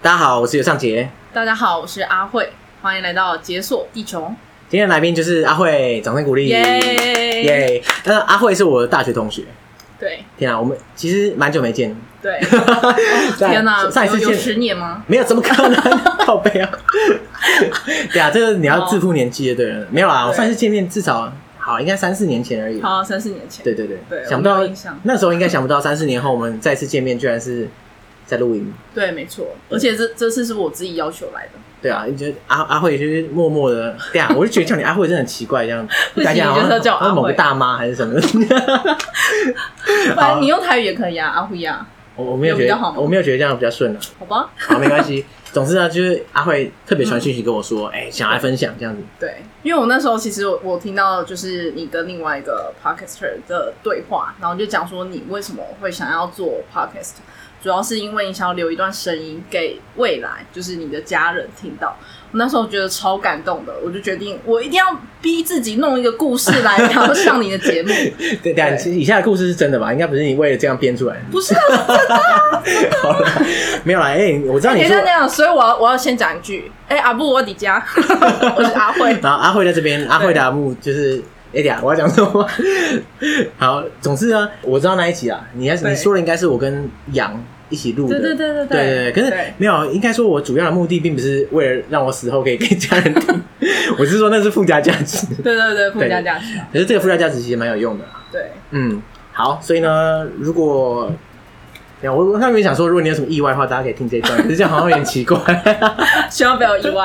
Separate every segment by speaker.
Speaker 1: 大家好，我是尤尚杰，
Speaker 2: 大家好，我是阿慧，欢迎来到解锁地球。
Speaker 1: 今天的来宾就是阿慧，掌声鼓励，
Speaker 2: 耶！
Speaker 1: 耶！那阿慧是我的大学同学，
Speaker 2: 对
Speaker 1: 天啊，我们其实蛮久没见，
Speaker 2: 对，
Speaker 1: 在
Speaker 2: 天哪，
Speaker 1: 上一
Speaker 2: 有
Speaker 1: 次
Speaker 2: 有
Speaker 1: 见
Speaker 2: 十年吗？
Speaker 1: 没有，怎么可 能？好悲啊！ 对啊，这个你要自负年纪的，对了，没有啦，我
Speaker 2: 哦对
Speaker 1: 上一次见面至少好应该三四年前而已。
Speaker 2: 好，三四年前。
Speaker 1: 对对对，
Speaker 2: 对
Speaker 1: 想不
Speaker 2: 我
Speaker 1: 到
Speaker 2: 没有印象
Speaker 1: 那时候应该想不到三四年后我们再次见面，居然是在录音。
Speaker 2: 对，没错，而且这这次是我自己要求来的，
Speaker 1: 对啊，你觉得阿阿慧就是默默的，对 啊，我就觉得叫你阿慧真的很奇怪，这样
Speaker 2: 不行
Speaker 1: 感觉好
Speaker 2: 你就是要叫
Speaker 1: 像
Speaker 2: 我
Speaker 1: 好像某个
Speaker 2: 阿慧
Speaker 1: 大妈还是 什么。
Speaker 2: 反正你用台语也可以啊，阿辉呀，
Speaker 1: 我我没有觉
Speaker 2: 有比较
Speaker 1: 得
Speaker 2: 好，吗
Speaker 1: 我没有觉得这样比较顺啊。
Speaker 2: 好吧？
Speaker 1: 好，没关系。总之呢，就是阿慧特别传讯息跟我说，
Speaker 2: 嗯
Speaker 1: 哎、想来分享这样子。
Speaker 2: 对，因为我那时候其实我我听到就是你跟另外一个 podcaster 的对话，然后就讲说你为什么会想要做 podcast，主要是因为你想要留一段声音给未来，就是你的家人听到。我那时候觉得超感动的，我就决定我一定要逼自己弄一个故事来然后上你的节目。
Speaker 1: 对对啊，
Speaker 2: 对
Speaker 1: 其实以下的故事是真的吧？应该不是你为了这样编出来的。
Speaker 2: 不是啊，
Speaker 1: 好了，没有啦，哎、我知道你
Speaker 2: 你
Speaker 1: 说
Speaker 2: 这，样，所以我要我要先讲一句，哎、阿布我底家， 我是阿慧。
Speaker 1: 然后阿慧在这边，阿慧的阿木就是。哎呀，我要讲什么？ 好，总之呢，我知道那一集啊，你要
Speaker 2: 对
Speaker 1: 你说的应该是我跟杨一起录的，
Speaker 2: 对对对
Speaker 1: 对
Speaker 2: 对
Speaker 1: 对对可是没有，应该说我主要的目的并不是为了让我死后可以给家人 听，我是说那是附加价值，
Speaker 2: 对对对，附加价值啊，
Speaker 1: 可是这个附加价值其实蛮有用的啊、
Speaker 2: 对。
Speaker 1: 嗯，好，所以呢，如果没有我我刚没想说，如果你有什么意外的话，大家可以听这一段，可是这样好像有点奇怪。
Speaker 2: 希望不要有意外。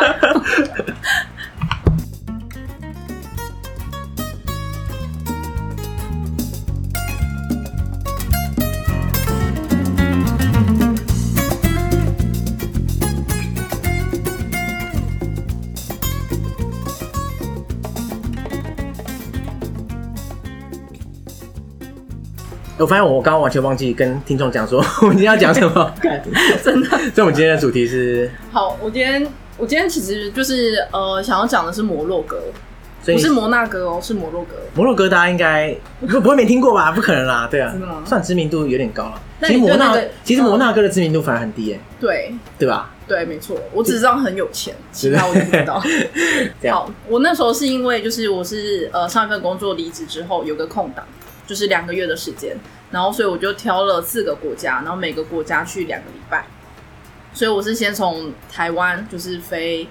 Speaker 1: 我发现我刚刚完全忘记跟听众讲说 我们今天要讲什 么，
Speaker 2: 真的
Speaker 1: 所以我们今天的主题是，
Speaker 2: 好，我今天我今天其实就是呃，想要讲的是摩洛哥，
Speaker 1: 所以
Speaker 2: 不是
Speaker 1: 你
Speaker 2: 摩纳哥哦，是摩洛哥。
Speaker 1: 摩洛哥，大家应该不不会没听过吧？不可能啦，对啊
Speaker 2: 真的吗，
Speaker 1: 算知名度有点高了。
Speaker 2: 那
Speaker 1: 其
Speaker 2: 你
Speaker 1: 实摩
Speaker 2: 对那
Speaker 1: 纳
Speaker 2: 个，嗯
Speaker 1: 其实摩纳哥的知名度反而很低耶、
Speaker 2: 对
Speaker 1: 对吧？
Speaker 2: 对，没错，我只知道很有钱，其他我就不知 道。
Speaker 1: 这样
Speaker 2: 好，我那时候是因为就是我是呃上一份工作离职之后有个空档，就是两个月的时间，然后所以我就挑了四个国家，然后每个国家去两个礼拜，所以我是先从台湾就是飞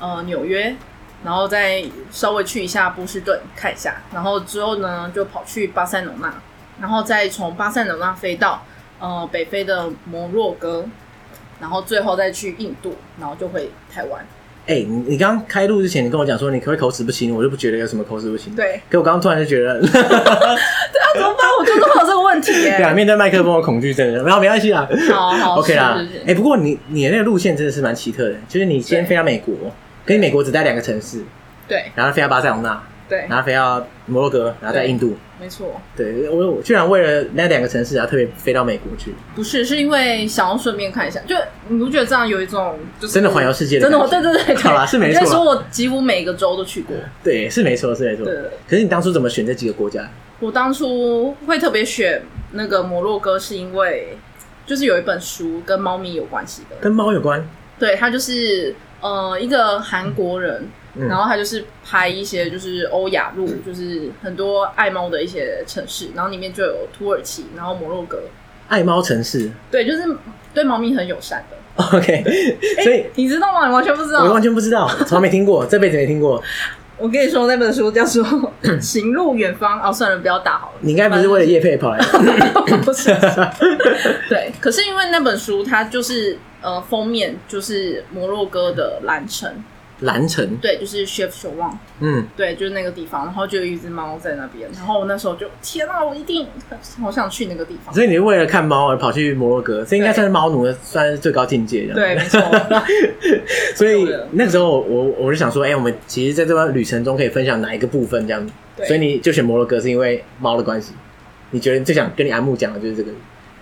Speaker 2: 呃纽约，然后再稍微去一下波士顿看一下，然后之后呢就跑去巴塞罗那，然后再从巴塞罗那飞到呃北非的摩洛哥，然后最后再去印度，然后就回台湾。
Speaker 1: 哎、你你刚刚开录之前，你跟我讲说你可不可以口齿不清，我就不觉得有什么口齿不清。，
Speaker 2: 对。
Speaker 1: 可我刚刚突然就觉得，
Speaker 2: 怎么办？我就弄好这个问题耶、
Speaker 1: 对啊，面对麦克风的恐惧症，然后没关系啦。
Speaker 2: 好好
Speaker 1: OK 啦
Speaker 2: 哦是是，
Speaker 1: 哎、
Speaker 2: 是
Speaker 1: 不过你你的那个路线真的是蛮奇特的，就是你先
Speaker 2: 对
Speaker 1: 飞到美国，跟你美国只待两个城市，
Speaker 2: 对
Speaker 1: 然后飞到巴塞罗那，
Speaker 2: 对，
Speaker 1: 然后飞到摩洛哥，然后在印度。
Speaker 2: 没错，
Speaker 1: 对我我居然为了那两个城市，然后特别飞到美国去，
Speaker 2: 不是是因为想要顺便看一下，就你不觉得这样有一种就是
Speaker 1: 真的环游世界的
Speaker 2: 真
Speaker 1: 感
Speaker 2: 的，
Speaker 1: 觉。
Speaker 2: 我对对对，对
Speaker 1: 好啦是没错 啦
Speaker 2: 你在说我几乎每个州都去过，
Speaker 1: 对，是没错，是没错。
Speaker 2: 对对对
Speaker 1: 可是你当初怎么选这几个国家？
Speaker 2: 我当初会特别选那个摩洛哥，是因为就是有一本书跟猫咪有关系的，
Speaker 1: 跟猫有关？
Speaker 2: 对他就是呃一个韩国人，
Speaker 1: 嗯
Speaker 2: 然后他就是拍一些就是欧亚路，就是很多爱猫的一些城市，然后里面就有土耳其，然后摩洛哥，
Speaker 1: 爱猫城 市。
Speaker 2: 对，就是对猫咪很友善的。
Speaker 1: OK，所以
Speaker 2: 哎你知道吗？你完全不知
Speaker 1: 我
Speaker 2: 道
Speaker 1: 完。全不知道，从来没听 过，这辈子没听过。
Speaker 2: 我跟你说，那本书叫做 《行路远方》。哦，算了，不要打好了。
Speaker 1: 你应该不是为了叶配跑来？
Speaker 2: 不是，对，可是因为那本书它就是呃封面就是摩洛哥的蓝城，
Speaker 1: 蓝城，
Speaker 2: 对，就是 Chef s h o w a n
Speaker 1: 嗯，
Speaker 2: 对，就是那个地方，然后就有一只猫在那边，然后我那时候就天啊，我一定好想去那个地方。
Speaker 1: 所以你是为了看猫而跑去摩洛哥，这应该算是猫奴的，算是最高境界的。
Speaker 2: 对，没错，
Speaker 1: 所以
Speaker 2: 对的
Speaker 1: 那个时候我我我就想说，哎、我们其实在这段旅程中可以分享哪一个部分这样子。
Speaker 2: 对
Speaker 1: 所以你就选摩洛哥是因为猫的关系，你觉得最想跟你阿木讲的就是 这个。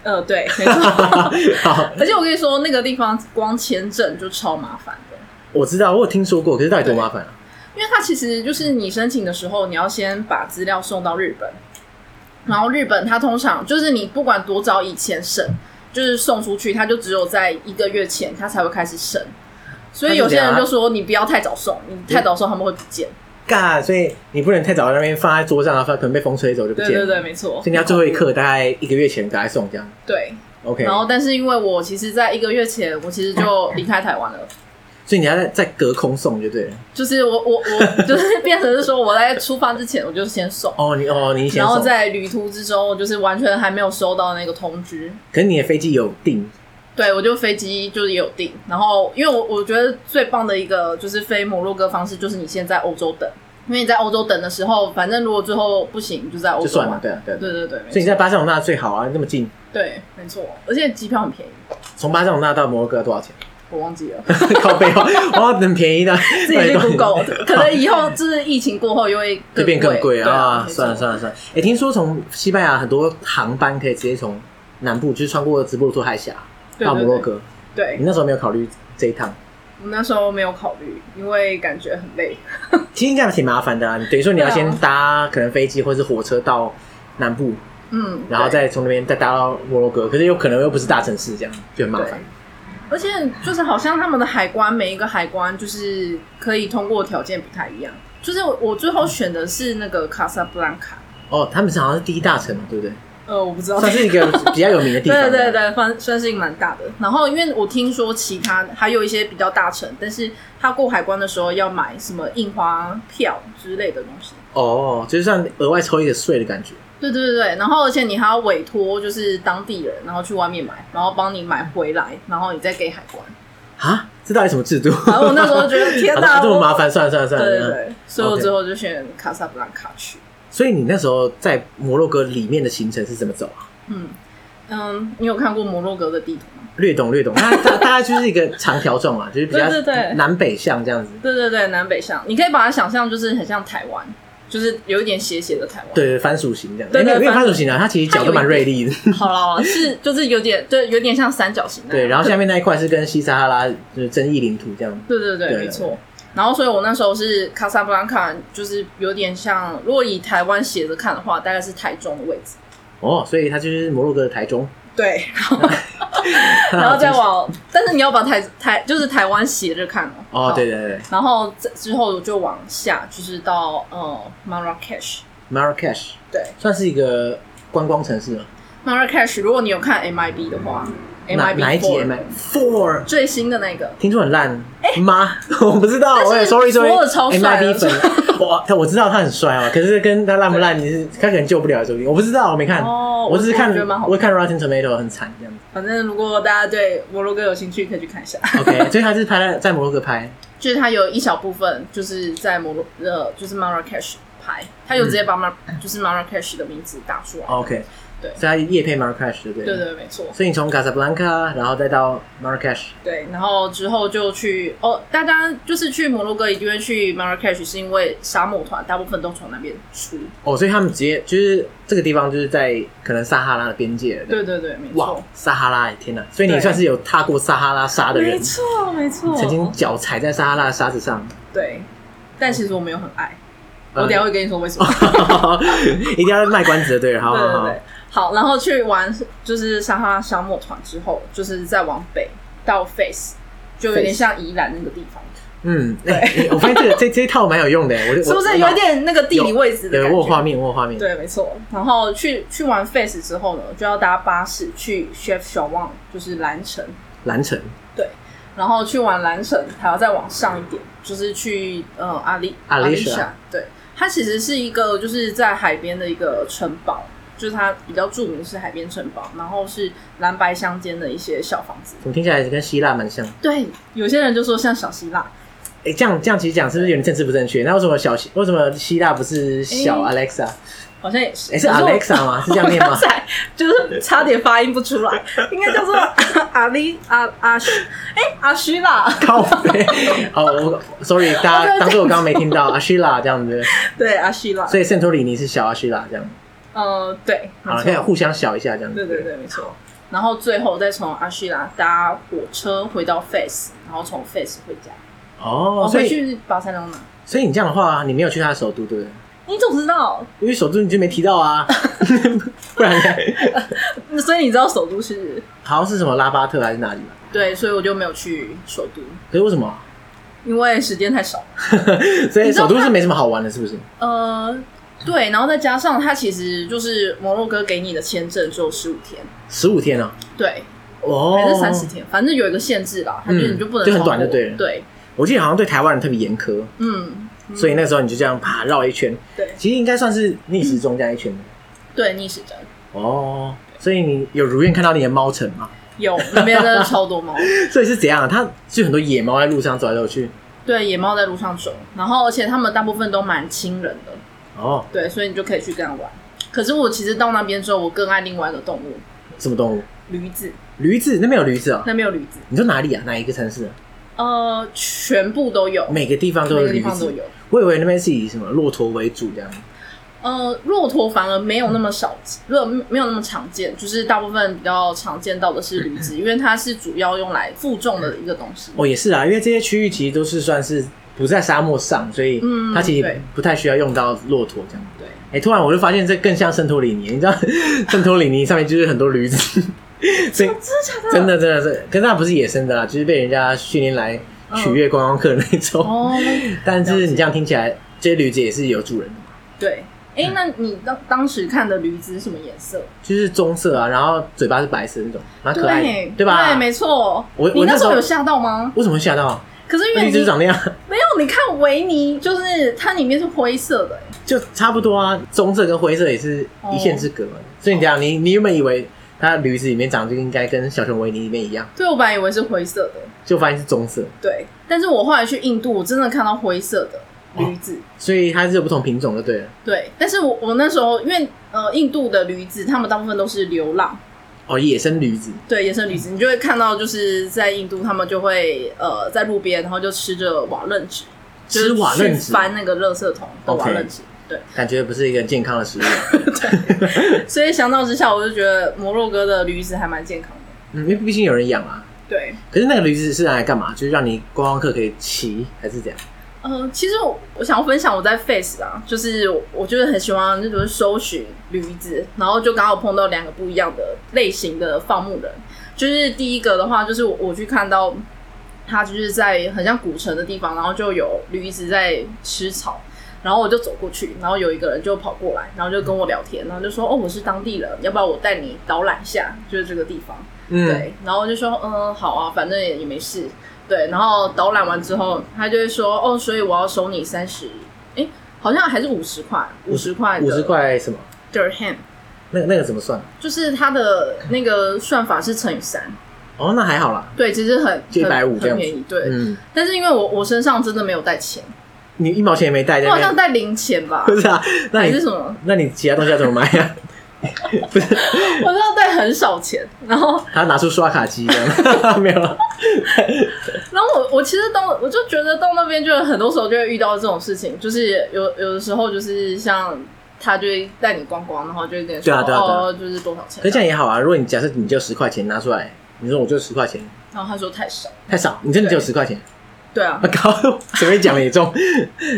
Speaker 2: 呃，对，没错。
Speaker 1: 好，
Speaker 2: 而且我跟你说，那个地方光签证就超麻烦的，
Speaker 1: 我知道，我有听说过，可是到底多麻烦啊？
Speaker 2: 因为它其实就是你申请的时候，你要先把资料送到日本，然后日本它通常就是你不管多早以前审，就是送出去，它就只有在一个月前它才会开始审，所以有些人就说你不要太早送，你太早送他们会不见。
Speaker 1: 尬，所以你不能太早在那边放在桌上啊，不然可能被风吹走就不
Speaker 2: 对
Speaker 1: 见了。
Speaker 2: 对对，没错
Speaker 1: 所以。你要最后一刻，大概一个月前赶快送这样。
Speaker 2: 对，
Speaker 1: OK，
Speaker 2: 然后但是因为我其实，在一个月前我其实就离开台湾 了。
Speaker 1: 所以你要再再隔空送就对了。
Speaker 2: 就是我我我 就是变成是说我在出发之前我就先送，
Speaker 1: 哦，你哦你先
Speaker 2: 然后
Speaker 1: 送，
Speaker 2: 在旅途之中我就是完全还没有收到那个通知，
Speaker 1: 可是你的飞机有订，
Speaker 2: 对我就飞机就是也有订，然后因为我我觉得最棒的一个就是飞摩洛哥方式就是你先在欧洲等，因为你在欧洲等的时候，反正如果最后不行就在欧
Speaker 1: 就
Speaker 2: 洲
Speaker 1: 算
Speaker 2: 嘛，
Speaker 1: 了，对啊对啊。
Speaker 2: 对对对，没
Speaker 1: 所以你
Speaker 2: 错
Speaker 1: 在巴塞罗那最好啊，那么近，
Speaker 2: 对没错，而且机票很便宜，
Speaker 1: 从巴塞罗那到摩洛哥多少钱？
Speaker 2: 我忘记了，
Speaker 1: 靠背哦，我要很便宜的，
Speaker 2: 自己去 Google，可能以后就是疫情过后又会
Speaker 1: 哎 就变更贵
Speaker 2: 贵对
Speaker 1: 啊！
Speaker 2: 没错
Speaker 1: 算了算了算了，哎，听说从西班牙很多航班可以直接从南部，就是穿过直布罗陀海峡
Speaker 2: 对
Speaker 1: 到
Speaker 2: 对
Speaker 1: 摩洛哥，
Speaker 2: 对
Speaker 1: 你，那时候没有考虑这一趟？
Speaker 2: 我那时候没有考虑，因为感觉很累。
Speaker 1: 其实这样挺麻烦的啊，你等于说你要
Speaker 2: 对啊
Speaker 1: 先搭可能飞机或是火车到南部，
Speaker 2: 嗯，
Speaker 1: 然后
Speaker 2: 对
Speaker 1: 再从那边再搭到摩洛哥，可是有可能又不是大城市，这样就很麻
Speaker 2: 对
Speaker 1: 烦。
Speaker 2: 而且就是好像他们的海关，每一个海关就是可以通过条件不太一样。就是我我最后选的是那个卡萨布兰卡，
Speaker 1: 哦，他们是好像是第一大城嘛，对不对？
Speaker 2: 呃，我不知道。
Speaker 1: 算是一个比较有名的地方。啊
Speaker 2: 对对。对，算算是一个蛮大的。然后因为我听说其他还有一些比较大城，但是他过海关的时候要买什么印花票之类的东西。
Speaker 1: 哦，就是算额外抽一个税的感觉。
Speaker 2: 对对对对，然后而且你还要委托就是当地人，然后去外面买，然后帮你买回来，然后你再给海 关。
Speaker 1: 啊，这到底什么制度？
Speaker 2: 然后我那时候就觉得 天
Speaker 1: 啊
Speaker 2: 哪，
Speaker 1: 这么麻
Speaker 2: 我
Speaker 1: 烦，算了算了算了。
Speaker 2: 对对
Speaker 1: 算了
Speaker 2: 对，所以我
Speaker 1: OK
Speaker 2: 最后就选卡萨布兰卡去。
Speaker 1: 所以你那时候在摩洛哥里面的行程是怎么走啊？
Speaker 2: 嗯，你有看过摩洛哥的地图吗？
Speaker 1: 略懂略懂，大 大大概就是一个长条状嘛，就是比较
Speaker 2: 对对对
Speaker 1: 南北向这样子。
Speaker 2: 对对对，南北向，你可以把它想象就是很像台湾，就是有一点斜斜的台湾。
Speaker 1: 对对，番薯型这样，
Speaker 2: 对对
Speaker 1: 没有没有
Speaker 2: 番
Speaker 1: 番薯型啊，它其实脚都蛮锐利的。
Speaker 2: 好啦，好啦是就是有点对，有点像三角形那样。
Speaker 1: 对，然后下面那一块是跟西撒哈拉就是争议领土这样。
Speaker 2: 对对对，
Speaker 1: 对
Speaker 2: 没错。然后，所以我那时候是卡萨布兰卡，就是有点像，如果以台湾斜着看的话，大概是台中的位置。
Speaker 1: 哦，所以它就是摩洛哥的台中，
Speaker 2: 对， 然后再往，但是你要把台台就是台湾斜着看哦。
Speaker 1: 哦，
Speaker 2: 好
Speaker 1: 对对对
Speaker 2: 然后这之后就往下，就是到呃 Marrakesh。
Speaker 1: ，Marrakesh
Speaker 2: 对
Speaker 1: 算是一个观光城市吗？
Speaker 2: Marrakesh，如果你有看 MIB 的话
Speaker 1: 哪
Speaker 2: ，MIB
Speaker 1: 哪一集
Speaker 2: Four
Speaker 1: ？M Four
Speaker 2: 最新的那个，
Speaker 1: 听说很烂吗？ 我不知道，我也 sorry
Speaker 2: 索
Speaker 1: sorry，
Speaker 2: 尔超帅
Speaker 1: M I
Speaker 2: 的
Speaker 1: B 粉， 哇，他我知道他很帅啊，可是跟他烂不烂，你是他可能救不了这个，我不知道，我没看，
Speaker 2: 哦
Speaker 1: 我只是看
Speaker 2: 我觉得蛮好，看
Speaker 1: 我看 Rotten Tomato 很惨这样子。
Speaker 2: 反正如果大家对摩洛哥有兴趣，可以去看一下。
Speaker 1: OK，所以他是拍在在摩洛哥拍，
Speaker 2: 就是它有一小部分就是在摩洛呃，就是 Marrakesh 拍，它有直接把 Mar、就是 Marrakesh 的名字打出来。
Speaker 1: OK，
Speaker 2: 对
Speaker 1: 所以他夜配 Marrakesh 对不对？
Speaker 2: 对。对，没错。
Speaker 1: 所以你从 Casablanca，然后再到 Marrakesh，
Speaker 2: 对，然后之后就去哦，大家就是去摩洛哥一定会去 Marrakesh，是因为沙漠团大部分都从那边出。
Speaker 1: 哦，所以他们直接就是这个地方就是在可能撒哈拉的边界了。
Speaker 2: 对对对，没
Speaker 1: 哇
Speaker 2: 错，，
Speaker 1: 撒哈拉，哎天哪！所以你
Speaker 2: 对
Speaker 1: 算是有踏过撒哈拉沙的人
Speaker 2: 没，错，没错。
Speaker 1: 曾经脚踩在撒哈拉的沙子上。
Speaker 2: 对，但其实我没有很爱，我
Speaker 1: 呃
Speaker 2: 等一下会跟你说 为什么。
Speaker 1: 一定要卖关子的，对，好
Speaker 2: 对
Speaker 1: 好
Speaker 2: 对
Speaker 1: 好
Speaker 2: 对。，好，然后去玩就是撒哈拉沙漠团之后，就是再往北到 Face，就有点
Speaker 1: Fes
Speaker 2: 像宜兰那个地方，
Speaker 1: 嗯，哎，我发现这 个这这一套蛮有用的，我
Speaker 2: 是不是有？点那个地理位置
Speaker 1: 我
Speaker 2: 的
Speaker 1: 对，
Speaker 2: 感
Speaker 1: 我有画
Speaker 2: 觉？
Speaker 1: 面，我有画面。
Speaker 2: 对，没错。然后去去完 Face 之后呢，就要搭巴士去 Chef s h a w a n 就是蓝城。
Speaker 1: 蓝城，
Speaker 2: 然后去完蓝城，还要再往上一点，就是去呃阿里
Speaker 1: Alicia
Speaker 2: 莎，对，它其实是一个就是在海边的一个城堡，就是它比较著名是海边城堡，然后是蓝白相间的一些小房子。
Speaker 1: 怎么听起来跟希腊蛮像？
Speaker 2: 对，有些人就说像小希腊，
Speaker 1: 哎，这样这样其实讲是不是有点政治不正确？那为什么小为什么希腊不是小 Alexa？
Speaker 2: 好像也是，
Speaker 1: 哎，是
Speaker 2: 可我
Speaker 1: Alexa 吗？是这样念
Speaker 2: 我
Speaker 1: 吗
Speaker 2: 刚？才就是差点发音不出 来，应该叫做阿里阿阿虚，哎、阿虚啦，
Speaker 1: 靠背，好，我 sorry，大家当做我刚刚没听到阿希腊这样子，
Speaker 2: 对阿虚啦，
Speaker 1: 所以圣托里尼是小阿希腊这样，
Speaker 2: 呃，对，没
Speaker 1: 好了，
Speaker 2: 错
Speaker 1: 可以互相小一下这样子。
Speaker 2: 对对对，没错。然后最后再从阿希拉搭火车回到 Face，然后从 Face 回家，
Speaker 1: 哦
Speaker 2: 我，
Speaker 1: 所
Speaker 2: 回
Speaker 1: 以
Speaker 2: 去巴塞罗那。
Speaker 1: 所以你这样的话，你没有去他的首都，对不对？
Speaker 2: 你怎么知道？
Speaker 1: 因为首都你就没提到啊，不然呢
Speaker 2: 嗯所以你知道首都是
Speaker 1: 好像是什么拉巴特还是哪里嘛？
Speaker 2: 对，所以我就没有去首都，
Speaker 1: 可是为什么？
Speaker 2: 因为时间太少。
Speaker 1: 所以
Speaker 2: 你知道
Speaker 1: 首都
Speaker 2: 它
Speaker 1: 是没什么好玩的，是不是？
Speaker 2: 呃，对，然后再加上它其实就是摩洛哥给你的签证只有十五天，
Speaker 1: 十五天啊，
Speaker 2: 对，
Speaker 1: 哦，
Speaker 2: 还是三十天，反正有一个限制啦，它就是
Speaker 1: 嗯
Speaker 2: 你就不能
Speaker 1: 就很
Speaker 2: 超过
Speaker 1: 短就对了
Speaker 2: 对，
Speaker 1: 我记得好像对台湾人特别严苛，
Speaker 2: 嗯，嗯
Speaker 1: 所以那时候你就这样啪绕一圈，
Speaker 2: 对
Speaker 1: 其实应该算是逆时钟这样一圈的。
Speaker 2: 对逆时针
Speaker 1: 哦，所以你有如愿看到你的猫城嘛？
Speaker 2: 有那边真的超多猫，
Speaker 1: 所以是怎样啊？它是很多野猫在路上走来走去。
Speaker 2: 对，野猫在路上走，然后而且它们大部分都蛮亲人的，
Speaker 1: 哦，
Speaker 2: 对，所以你就可以去跟它玩。可是我其实到那边之后，我更爱另外一个动物
Speaker 1: 什么动物？
Speaker 2: ——驴子。
Speaker 1: 驴子？那边有驴子啊、
Speaker 2: 那边有驴子，
Speaker 1: 你说哪里啊？哪一个城市、啊？
Speaker 2: 呃，全部都有，
Speaker 1: 每个地方
Speaker 2: 哦每
Speaker 1: 都有
Speaker 2: 个地
Speaker 1: 驴
Speaker 2: 方都
Speaker 1: 子。
Speaker 2: 有。
Speaker 1: 我以为那边是以什么骆驼为主这样。
Speaker 2: 呃，骆驼反而没有那么少，呃，没有那么常见，就是大部分比较常见到的是驴子，因为它是主要用来负重的一个东西。
Speaker 1: 哦，也是啊，因为这些区域其实都是算是不在沙漠上，所以
Speaker 2: 嗯
Speaker 1: 它其实
Speaker 2: 对
Speaker 1: 不太需要用到骆驼这样。
Speaker 2: 对，
Speaker 1: 哎、突然我就发现这更像圣托里尼，你知道圣托里尼上面就是很多驴子，所以
Speaker 2: 真的假的？
Speaker 1: 真的真的是，可是它不是野生的啦，就是被人家训练来取悦观光客的那种。
Speaker 2: 嗯哦，
Speaker 1: 但是你这样听起来，这些驴子也是有主人的嘛，
Speaker 2: 对。哎、
Speaker 1: 嗯
Speaker 2: 那你当当时看的驴子是什么颜色？
Speaker 1: 就是棕色啊，然后嘴巴是白色那种，蛮可爱的，
Speaker 2: 对，
Speaker 1: 对吧？
Speaker 2: 对，没错。
Speaker 1: 我
Speaker 2: 你
Speaker 1: 我那
Speaker 2: 那
Speaker 1: 时
Speaker 2: 时
Speaker 1: 候
Speaker 2: 候有吓到吗？
Speaker 1: 为什么会吓到？
Speaker 2: 可是因为
Speaker 1: 驴
Speaker 2: 你
Speaker 1: 子长那样，
Speaker 2: 没有，你看维尼，就是它里面是灰色的、诶
Speaker 1: 就差不多啊，棕色跟灰色也是
Speaker 2: 哦
Speaker 1: 一线之隔嘛。所以你讲，你你原本以为它驴子里面长得就应该跟小熊维尼里面一样，
Speaker 2: 对我本来以为是灰色的，
Speaker 1: 就发现是棕色，
Speaker 2: 对。但是我后来去印度，我真的看到灰色的驴子。
Speaker 1: 所以它是有不同品种就对了。
Speaker 2: 对，但是我我那时候因为呃，印度的驴子，他们大部分都是流浪，
Speaker 1: 哦，野生驴子，
Speaker 2: 对，野生驴子，你就会看到就是在印度，他们就会呃在路边，然后就吃着瓦楞纸，就
Speaker 1: 吃
Speaker 2: 是
Speaker 1: 瓦楞
Speaker 2: 去
Speaker 1: 子，
Speaker 2: 翻那个垃圾桶的瓦楞纸。
Speaker 1: 感觉不是一个健康的食物。啊
Speaker 2: 对，所以相较之下，我就觉得摩洛哥的驴子还蛮健康的。
Speaker 1: 嗯，因为毕竟有人养啊。
Speaker 2: 对，
Speaker 1: 可是那个驴子是拿来干嘛？就是让你观光客可以骑，还是怎样？
Speaker 2: 呃，其实我我想要分享我在 Face 啊，就是我我就是很喜欢就是搜寻驴子，然后就刚好碰到两个不一样的类型的放牧人。就是第一个的话，就是我我去看到他就是在很像古城的地方，然后就有驴子在吃草，然后我就走过去，然后有一个人就跑过来，然后就跟我聊天，然后就说哦我是当地人，要不要我带你导览一下，就是这个地方。
Speaker 1: 嗯，
Speaker 2: 对，然后我就说，嗯，好啊，反正也也没事。对，然后导览完之后，他就会说，哦，所以我要收你三十，哎，好像还是五十块，五十块，
Speaker 1: 五十块什么？
Speaker 2: dirham，
Speaker 1: 那那个怎么算？
Speaker 2: 就是它的那个算法是乘以三，
Speaker 1: 哦，那还好啦。
Speaker 2: 对，其实很
Speaker 1: 就150这
Speaker 2: 很很
Speaker 1: 样子
Speaker 2: 便宜，对。
Speaker 1: 嗯，
Speaker 2: 但是因为我我身上真的没有带钱，
Speaker 1: 你一毛钱也没带在
Speaker 2: 我好像
Speaker 1: 那，
Speaker 2: 带零钱吧，
Speaker 1: 不是啊？那
Speaker 2: 还
Speaker 1: 你
Speaker 2: 是什么，
Speaker 1: 那你其他东西要怎么买啊呀、
Speaker 2: 我真的带很少钱，然后
Speaker 1: 他拿出刷卡机这 样，没有了。
Speaker 2: 然后我我其实到我就觉得到那边就有很多时候就会遇到这种事情，就是有有的时候就是像他就会带你逛逛，然后就会跟你说
Speaker 1: 对啊对啊对啊
Speaker 2: 哦就是多少钱
Speaker 1: 可，是这样也好啊。如果你假设你就十块钱拿出来，你说我就十块钱，
Speaker 2: 然后他说太少，
Speaker 1: 太少，你真的只有
Speaker 2: 对
Speaker 1: 十块钱，
Speaker 2: 对啊
Speaker 1: 我，靠，随便讲了也 中。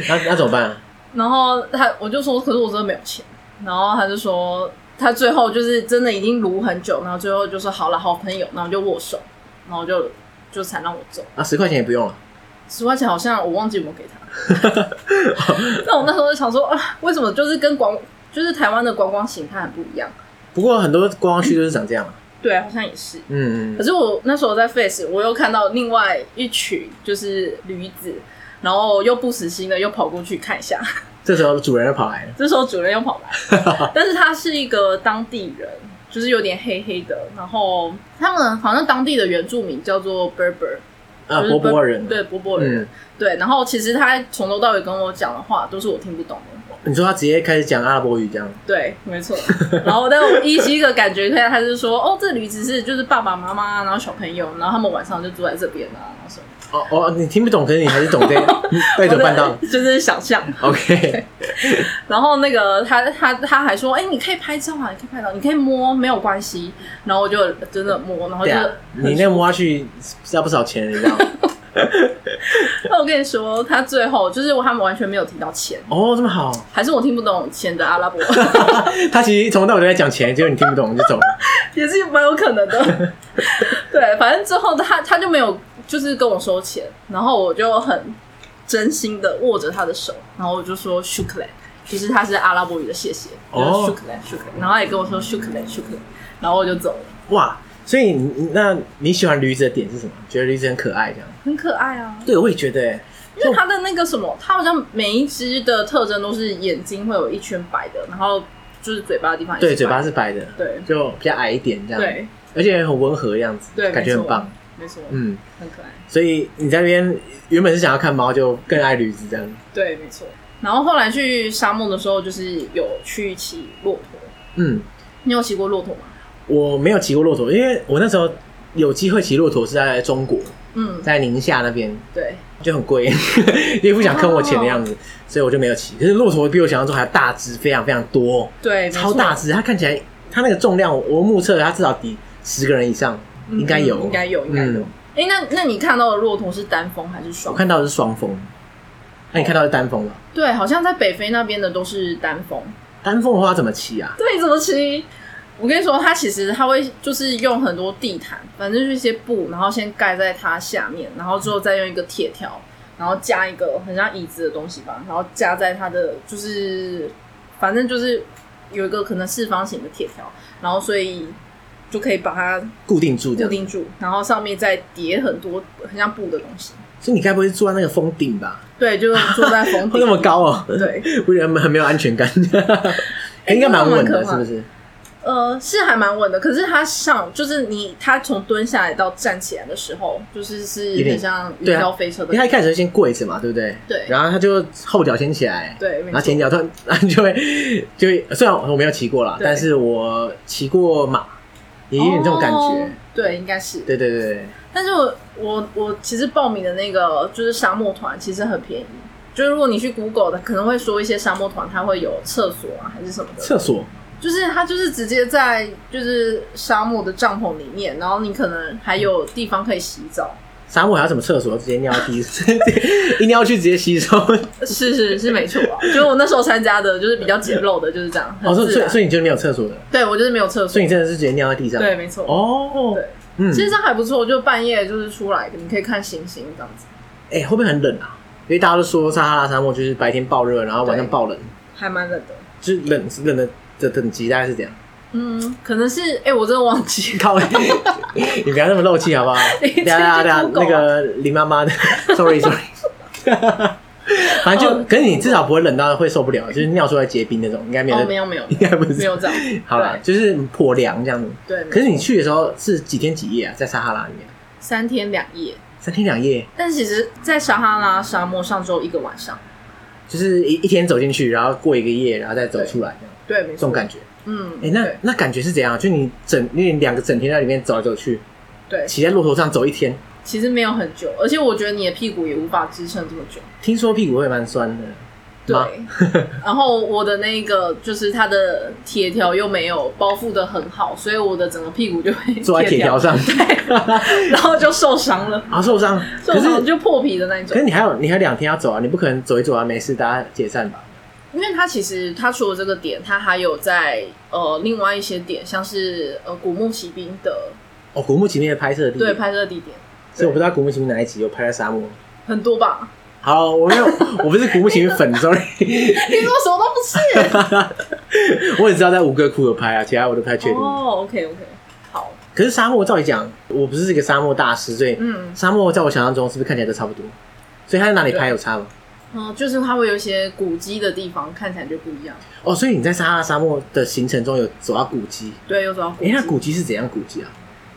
Speaker 1: 那那怎么办、啊？
Speaker 2: 然后他我就说可是我真的没有钱，然后他就说他最后就是真的已经撸很久，然后最后就说好了好朋友，然后就握手，然后就就才让我走，
Speaker 1: 啊，十块钱也不用了。
Speaker 2: 十块钱好像我忘记有没有给他， 那我那时候就想说啊为什么就是跟广就是台湾的观光形态很不一样。
Speaker 1: 不过很多观光区都是长这样啊。
Speaker 2: 对，好像也是。
Speaker 1: 嗯
Speaker 2: 可是我那时候在 Face，我又看到另外一群就是驴子，然后又不死心的又跑过去看一下。
Speaker 1: 嗯，这时候主人就跑来了。
Speaker 2: 这时候主人又跑来， 但是他是一个当地人，就是有点黑黑的。然后他们好像当地的原住民叫做 Berber，
Speaker 1: 啊，
Speaker 2: 就是
Speaker 1: 波波
Speaker 2: Ber-
Speaker 1: 人。
Speaker 2: 对波波人，
Speaker 1: 嗯，
Speaker 2: 对。然后其实他从头到尾跟我讲的话都是我听不懂的。
Speaker 1: 你说他直接开始讲阿拉伯语这样，
Speaker 2: 对，没错。然后，但我依稀的感觉，他他是说，哦，这驴只是就是爸爸妈妈，然后小朋友，然后他们晚上就住在这边啊，然后什么的，
Speaker 1: 哦哦，你听不懂，可是你还是懂 这带着办到。
Speaker 2: 我在 就是想象。
Speaker 1: OK，
Speaker 2: 然后那个他他他还说，哎、你可以拍照啊，你可以拍照，你可以摸，没有关系。然后我就真的摸，然后
Speaker 1: 对啊
Speaker 2: 就
Speaker 1: 啊，你那摸下去是要不少钱，你知道吗？
Speaker 2: 呃，我跟你说，他最后就是我他们完全没有提到钱，
Speaker 1: 哦，这么 好，
Speaker 2: 还是我听不懂钱的阿拉伯，
Speaker 1: 他其实从头到尾都在讲钱，结果你听不懂就走了。
Speaker 2: 也是蛮有可能的。 对，反正之后他他就没有就是跟我收钱，然后我就很真心的握着他的手，然后我就说 shukran，就是他是阿拉伯语的谢谢，就是
Speaker 1: 哦
Speaker 2: shukran shukran，然后他也跟我说 shukran shukran，然后我就走了，
Speaker 1: 哇，所以你那你喜欢驴子的点是什么？觉得驴子很可爱这样？
Speaker 2: 很可爱啊。
Speaker 1: 对，我也觉得、欸。
Speaker 2: 因为它的那个什么，它好像每一只的特征都是眼睛会有一圈白的，然后就是嘴巴的地方也
Speaker 1: 对，
Speaker 2: 是
Speaker 1: 嘴
Speaker 2: 白
Speaker 1: 巴
Speaker 2: 的
Speaker 1: 是白的，
Speaker 2: 对
Speaker 1: 就比较矮一点这样，，
Speaker 2: 对
Speaker 1: 而且很温和的样子，
Speaker 2: 对，
Speaker 1: 感觉
Speaker 2: 没
Speaker 1: 很
Speaker 2: 错
Speaker 1: 棒，，
Speaker 2: 没错，
Speaker 1: 嗯。
Speaker 2: 很可爱，
Speaker 1: 所以你在那边原本是想要看猫，就更爱驴子这样，
Speaker 2: 对，没错。然后后来去沙漠的时候，就是有去骑骆驼，
Speaker 1: 嗯。
Speaker 2: 你有骑过骆驼吗？
Speaker 1: 我没有骑过骆驼，因为我那时候有机会骑骆驼是在中国，
Speaker 2: 嗯，
Speaker 1: 在宁夏那边
Speaker 2: 对，
Speaker 1: 就很贵， 也不想坑我钱的
Speaker 2: 哦
Speaker 1: 样子，所以我就没有骑。可是骆驼比我想象中还大只，非常非常多，
Speaker 2: 对，没错
Speaker 1: 超大，只。它看起来，它那个重量，我目测它至少抵十个人以上，
Speaker 2: 嗯
Speaker 1: 应该有，
Speaker 2: 应该有，应该有
Speaker 1: 嗯。
Speaker 2: 哎，那那你看到的骆驼是单峰还是
Speaker 1: 我
Speaker 2: 双？
Speaker 1: 看到的是双峰，那你看到的是单峰吗？
Speaker 2: 对，好像在北非那边的都是单峰。
Speaker 1: 单峰的话怎么骑啊？
Speaker 2: 对，怎么骑？我跟你说，它其实它会就是用很多地毯，反正就是一些布，然后先盖在它下面，然后之后再用一个铁条，然后加一个很像椅子的东西吧，然后夹在它的就是反正就是有一个可能四方形的铁条，然后所以就可以把它
Speaker 1: 固定住这
Speaker 2: 固
Speaker 1: 样，
Speaker 2: 定住，然后上面再叠很多很像布的东西。
Speaker 1: 所以你该不会是坐在那个峰顶吧？
Speaker 2: 对，就坐在 峰
Speaker 1: 会那
Speaker 2: 顶。
Speaker 1: 么高哦、
Speaker 2: 对，
Speaker 1: 我觉得很没有安全 感，应该蛮稳的，
Speaker 2: 真的蛮可怕
Speaker 1: 是不是？
Speaker 2: 呃，是还蛮稳的，可是他上就是你，他从蹲下来到站起来的时候，就是是
Speaker 1: 有点
Speaker 2: 很像云
Speaker 1: 对啊
Speaker 2: 霄飞车
Speaker 1: 因
Speaker 2: 的
Speaker 1: 为，他一开始就先跪着嘛，对不对？
Speaker 2: 对
Speaker 1: 然后他就后脚先起来，
Speaker 2: 对，没
Speaker 1: 然后前
Speaker 2: 错，
Speaker 1: 脚突然，然后就会就会，虽然我没有骑过啦，
Speaker 2: 对
Speaker 1: 但是我骑过马，也有点这种感
Speaker 2: 哦
Speaker 1: 觉。
Speaker 2: 对，应该是。
Speaker 1: 对对对对，
Speaker 2: 但是我我我其实报名的那个就是沙漠团，其实很便宜。就是如果你去 Google 的，可能会说一些沙漠团，它会有厕所啊，还是什么的。
Speaker 1: 厕所
Speaker 2: 就是它就是直接在就是沙漠的帐篷里面，然后你可能还有地方可以洗澡。
Speaker 1: 沙漠还有什么厕所？直接尿地， 一尿去直接吸收。
Speaker 2: 是是是，没错啊。就是我那时候参加的，就是比较简陋的，就是这样。
Speaker 1: 哦，
Speaker 2: 很
Speaker 1: 所以
Speaker 2: 自
Speaker 1: 所以
Speaker 2: 然。
Speaker 1: 所以你就是没有厕所的，
Speaker 2: 对我就是没有厕所
Speaker 1: 所以，你真的是直接尿在地上。
Speaker 2: 对，没错。
Speaker 1: 哦
Speaker 2: 对，
Speaker 1: 嗯
Speaker 2: 其，实这样还不错，就半夜就是出来，你可以看星星这样子，
Speaker 1: 哎，会不会很冷啊？因为大家都说撒哈拉沙漠就是白天爆热，然后晚上
Speaker 2: 对
Speaker 1: 爆冷，
Speaker 2: 还蛮冷的。
Speaker 1: 就是冷冷的的等级大概是这样。
Speaker 2: 嗯，可能是哎、我真的忘记
Speaker 1: 靠你，你不要那么漏气 好不好？
Speaker 2: 你
Speaker 1: 等一下等一下
Speaker 2: 直接
Speaker 1: 等一下，
Speaker 2: Google
Speaker 1: 啊那个林妈妈的，sorry sorry，反正就，
Speaker 2: 哦
Speaker 1: 可是你至少不会冷到会受不了，就是尿出来结冰那种，应该没有
Speaker 2: 哦，
Speaker 1: 在，
Speaker 2: 没有没有
Speaker 1: 应该不
Speaker 2: 没
Speaker 1: 是。
Speaker 2: 有这样，
Speaker 1: 好啦，就是颇凉这样子。
Speaker 2: 对。没
Speaker 1: 可是你
Speaker 2: 错
Speaker 1: 去的时候是几天几夜啊？在撒哈拉里面，
Speaker 2: 三天两夜，
Speaker 1: 三天两夜，
Speaker 2: 但其实，在撒哈拉沙漠上只有一个晚上。
Speaker 1: 就是一一天走进去，然后过一个夜，然后再走出来这样，
Speaker 2: 对，
Speaker 1: 这
Speaker 2: 没错。
Speaker 1: 种感觉。
Speaker 2: 嗯，
Speaker 1: 哎，那
Speaker 2: 对
Speaker 1: 那感觉是怎样？就你整你两个整天在里面走来走去，
Speaker 2: 对，
Speaker 1: 骑在骆驼上走一天，
Speaker 2: 其实没有很久，而且我觉得你的屁股也无法支撑这么久。
Speaker 1: 听说屁股会蛮酸的。
Speaker 2: 对
Speaker 1: 吗，
Speaker 2: 然后我的那个就是它的铁条又没有包覆的很好，所以我的整个屁股就被
Speaker 1: 坐在铁条上，
Speaker 2: 对，然后就受伤了，
Speaker 1: 啊，受伤，
Speaker 2: 受
Speaker 1: 可是
Speaker 2: 伤就破皮的那一
Speaker 1: 可是
Speaker 2: 种。
Speaker 1: 你还有你还有两天要走啊，你不可能走一走啊，没事，大家解散吧？
Speaker 2: 因为它其实它除了这个点，它还有在呃另外一些点，像是呃古墓骑兵的
Speaker 1: 哦，古墓奇兵的拍摄地，
Speaker 2: 对，拍摄地点
Speaker 1: 所以我不知道古墓奇兵哪一集有拍在沙漠。
Speaker 2: 很多 吧？
Speaker 1: 好，我没有，我不是古墓奇兵粉，sorry，
Speaker 2: 你怎么什么都不是？
Speaker 1: 我只知道在吴哥窟有拍啊，其他我都不 太确定。
Speaker 2: 哦，OK OK，好，
Speaker 1: 可是沙漠，照理讲，我不是一个沙漠大师，所以
Speaker 2: 嗯
Speaker 1: 沙漠在我想象中是不是看起来都差不多？所以他在哪里拍
Speaker 2: 对
Speaker 1: 有差吗？
Speaker 2: 嗯、就是它会有一些古迹的地方看起来就不一样。
Speaker 1: 哦，所以你在撒哈拉沙漠的行程中有走到古迹，
Speaker 2: 对，有走到古
Speaker 1: 哎、
Speaker 2: 迹，
Speaker 1: 那古迹是怎样古迹啊？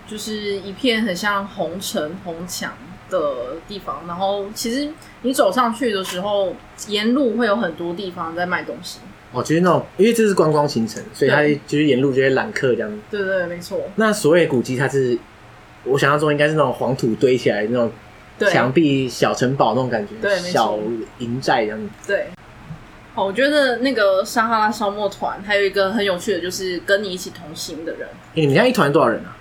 Speaker 2: 就是一片很像红尘红墙的地方。然后其实你走上去的时候，沿路会有很多地方在卖东西。
Speaker 1: 哦，就是那种，因为这是观光行程，所以他
Speaker 2: 对
Speaker 1: 就是沿路就会揽客这样子。
Speaker 2: 对对，对没错，
Speaker 1: 那所谓的古迹，它是我想象中应该是那种黄土堆起来的那种
Speaker 2: 对
Speaker 1: 墙壁小城堡那种感觉，
Speaker 2: 对没错
Speaker 1: 小营寨这样子。
Speaker 2: 对。哦，我觉得那个撒哈拉沙漠团还有一个很有趣的，就是跟你一起同行的人，
Speaker 1: 哎、你们家一团多少人啊？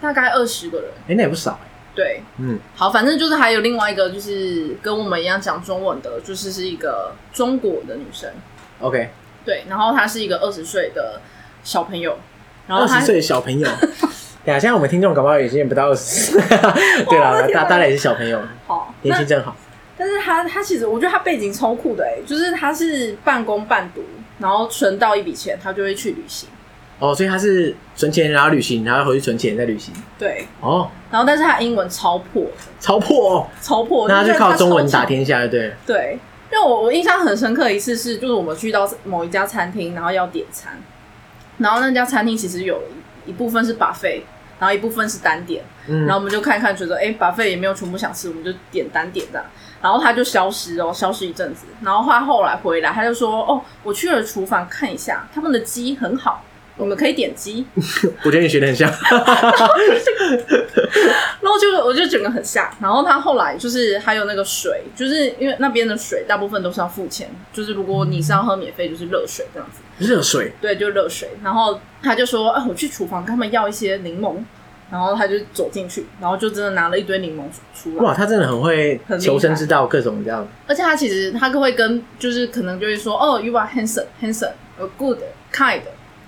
Speaker 2: 大概二十个人，
Speaker 1: 哎、那也不少、欸。
Speaker 2: 对，
Speaker 1: 嗯，
Speaker 2: 好，反正就是还有另外一个，就是跟我们一样讲中文的，就是是一个中国的女生，
Speaker 1: ，OK，
Speaker 2: 对，然后她是一个二十岁的小朋友，然后
Speaker 1: 二
Speaker 2: 她
Speaker 1: 十岁的小朋 友。对啊，现在我们听众搞不好已经不到二 十，对啊啦，大大家也是小朋友，
Speaker 2: 好，
Speaker 1: 年
Speaker 2: 哦那
Speaker 1: 纪正好。
Speaker 2: 但是她她其实我觉得她背景超酷的哎、就是她是半工半读，然后存到一笔钱，她就会去旅行，
Speaker 1: 哦，所以他是存钱，然后旅行，然后回去存钱再旅行。
Speaker 2: 对，
Speaker 1: 哦，
Speaker 2: 然后但是她英文超破的，
Speaker 1: 超破哦！
Speaker 2: 超破，
Speaker 1: 那他
Speaker 2: 就
Speaker 1: 就是靠
Speaker 2: 她
Speaker 1: 中文
Speaker 2: 超强
Speaker 1: 打天下，对了。
Speaker 2: 对，因为我我印象很深刻一次是，就是我们去到某一家餐厅，然后要点餐，然后那家餐厅其实有一部分是 buffet，然后一部分是单点，
Speaker 1: 嗯
Speaker 2: 然后我们就看看，觉得哎、buffet 也没有全部想吃，我们就点单点的。然后他就消失哦，消失一阵子。然后他后来回来，他就说：“哦，我去了厨房看一下，他们的鸡很好，我们可以点鸡。”
Speaker 1: 我觉得你学的很像。
Speaker 2: 然后就我就整个很吓。然后他后来就是还有那个水，就是因为那边的水大部分都是要付钱，就是如果你是要喝免费，就是热水这样子。
Speaker 1: 热水
Speaker 2: 对，就热水。然后他就说：“啊，我去厨房跟他们要一些柠檬。”然后他就走进去，然后就真的拿了一堆柠檬出来。
Speaker 1: 哇，他真的很会
Speaker 2: 很厉害
Speaker 1: 求生之道，各种这样。
Speaker 2: 而且他其实他会跟就是可能就会说：“哦，you are handsome, handsome, a good, kind。”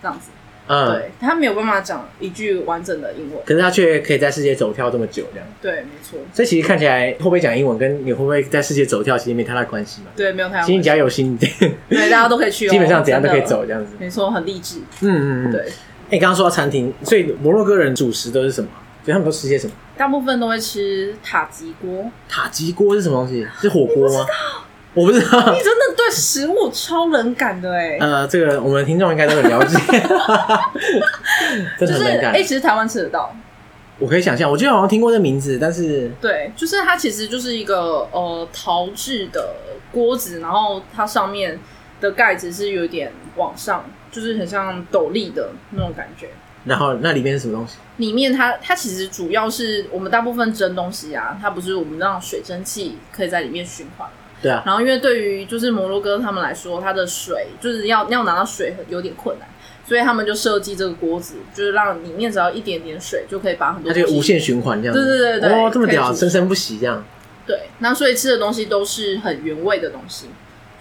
Speaker 2: 这样子。
Speaker 1: 嗯，
Speaker 2: 对他没有办法讲一句完整的英文。
Speaker 1: 可是他却可以在世界走跳这么久，这样。
Speaker 2: 对，没错。
Speaker 1: 所以其实看起来会不会讲英文，跟你会不会在世界走跳，其实没太大关系嘛。
Speaker 2: 对，没有太大
Speaker 1: 其实
Speaker 2: 问
Speaker 1: 你
Speaker 2: 题。
Speaker 1: 只要有心， 基
Speaker 2: 对，大家都可以去哦。
Speaker 1: 本上怎样都可以
Speaker 2: 真的。
Speaker 1: 走这样子。
Speaker 2: 没错，很励志。
Speaker 1: 嗯嗯嗯。
Speaker 2: 对，
Speaker 1: 哎，你刚刚说到餐厅，所以摩洛哥人主食都是什么？所以他们都吃些什么？
Speaker 2: 大部分都会吃塔吉锅。
Speaker 1: 塔吉锅是什么东西？是火锅吗？我不知道
Speaker 2: 你。真的对食物超冷感的哎、
Speaker 1: 呃，这个我们听众应该都很了 解，真
Speaker 2: 就
Speaker 1: 的
Speaker 2: 是
Speaker 1: 很能
Speaker 2: 哎、
Speaker 1: 干。
Speaker 2: 其实台湾吃得到。
Speaker 1: 我可以想象，我记得好像听过这名字，但是
Speaker 2: 对，就是它其实就是一个呃陶制的锅子，然后它上面的盖子是有点往上，就是很像斗笠的那种感觉。
Speaker 1: 然后那里面是什么东西？
Speaker 2: 里面它它其实主要是我们大部分蒸东西啊，它不是我们让水蒸气可以在里面循环。
Speaker 1: 对啊，
Speaker 2: 然后因为对于就是摩洛哥他们来说，它的水就是要要拿到水很有点困难，所以他们就设计这个锅子，就是让里面只要一点点水就可以把很多
Speaker 1: 它
Speaker 2: 东
Speaker 1: 就
Speaker 2: 西
Speaker 1: 无限循环这样子。
Speaker 2: 嗯
Speaker 1: 哦
Speaker 2: 对对对对
Speaker 1: 哇、这么
Speaker 2: 可
Speaker 1: 屌，
Speaker 2: 以煮
Speaker 1: 生生不息这样。
Speaker 2: 对。那所以吃的东西都是很原味的东西，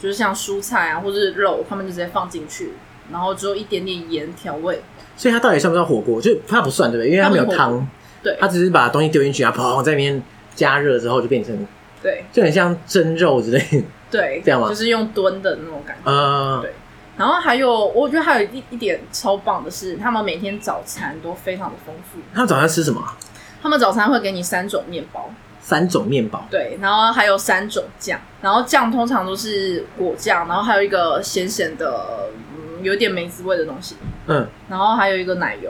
Speaker 2: 就是像蔬菜啊或是肉，他们就直接放进去，然后只有一点点盐调味。
Speaker 1: 所以它到底算不算火锅？就它不算对不对？因为它没有
Speaker 2: 它不是火锅
Speaker 1: 汤，
Speaker 2: 对
Speaker 1: 它只是把东西丢进去，然后砰在里面加热之后就变成，
Speaker 2: 对
Speaker 1: 就很像蒸肉之类的。
Speaker 2: 对，
Speaker 1: 这样吗
Speaker 2: 就是用炖的那种感觉。
Speaker 1: 呃
Speaker 2: 对，然后还有，我觉得还有一一点超棒的是，他们每天早餐都非常的丰富。
Speaker 1: 他们早上吃什么啊？
Speaker 2: 他们早餐会给你三种面包，
Speaker 1: 三种面包，
Speaker 2: 对，然后还有三种酱，然后酱通常都是果酱，然后还有一个咸咸的，嗯，有点梅子味的东西，
Speaker 1: 嗯，
Speaker 2: 然后还有一个奶油，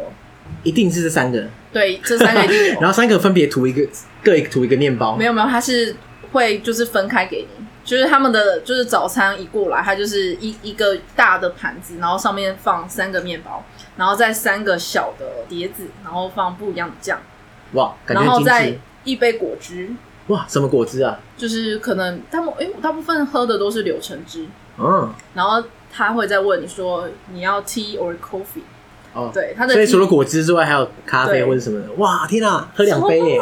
Speaker 1: 一定是这三个，
Speaker 2: 对，这三个一定
Speaker 1: 然
Speaker 2: 有。
Speaker 1: 后三个分别涂一个，各一个涂一个面包
Speaker 2: 没。有没有，它是会就是分开给你，就是他们的就是早餐一过来，它就是一一个大的盘子，然后上面放三个面包，然后再三个小的碟子，然后放不一样的酱，
Speaker 1: 哇，感觉
Speaker 2: 然
Speaker 1: 很
Speaker 2: 后
Speaker 1: 精
Speaker 2: 再
Speaker 1: 致。
Speaker 2: 一杯果汁，
Speaker 1: 哇，什么果汁啊？
Speaker 2: 就是可能他们因为我大部分喝的都是柳橙汁。
Speaker 1: 嗯，
Speaker 2: 然后他会再问你说你要 tea or coffee，
Speaker 1: 哦，
Speaker 2: 对，他的
Speaker 1: 所以
Speaker 2: tea-
Speaker 1: 除了果汁之外，还有咖啡
Speaker 2: 对
Speaker 1: 或者什么的。哇，天啊，喝两杯耶！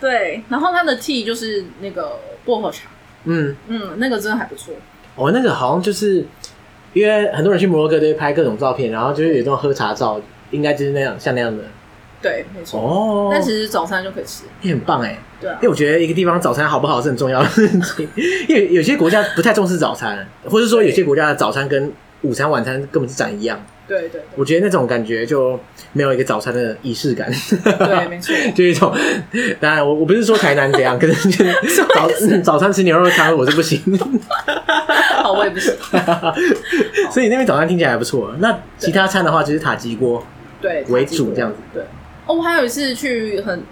Speaker 2: 对，然后他的 tea 就是那个薄荷茶，
Speaker 1: 嗯，
Speaker 2: 嗯，那个真的还不错，
Speaker 1: 我、那个好像就是，因为很多人去摩洛哥都会拍各种照片，然后就是有一种喝茶照，应该就是那样像那样的。
Speaker 2: 对，没错。
Speaker 1: 哦，
Speaker 2: 但其实早餐就可以吃，
Speaker 1: 也很棒哎，
Speaker 2: 对啊
Speaker 1: 因为，我觉得一个地方早餐好不好是很重要的事情，因为有些国家不太重视早餐，或者说有些国家的早餐跟午餐、晚餐根本是长一样。
Speaker 2: 对对对
Speaker 1: 我觉得那种感觉就没有一个早餐的仪式感。
Speaker 2: 对，没 错，
Speaker 1: 就一种，当然我我不是说台南怎样，可是就是早、嗯早餐吃牛肉汤我是不行，
Speaker 2: 好，哦我也不行。
Speaker 1: 所以那边早餐听起来还不错。那其他餐的话就是塔吉锅，
Speaker 2: 对
Speaker 1: 为主这样子。
Speaker 2: 对，哦，我还有一次去很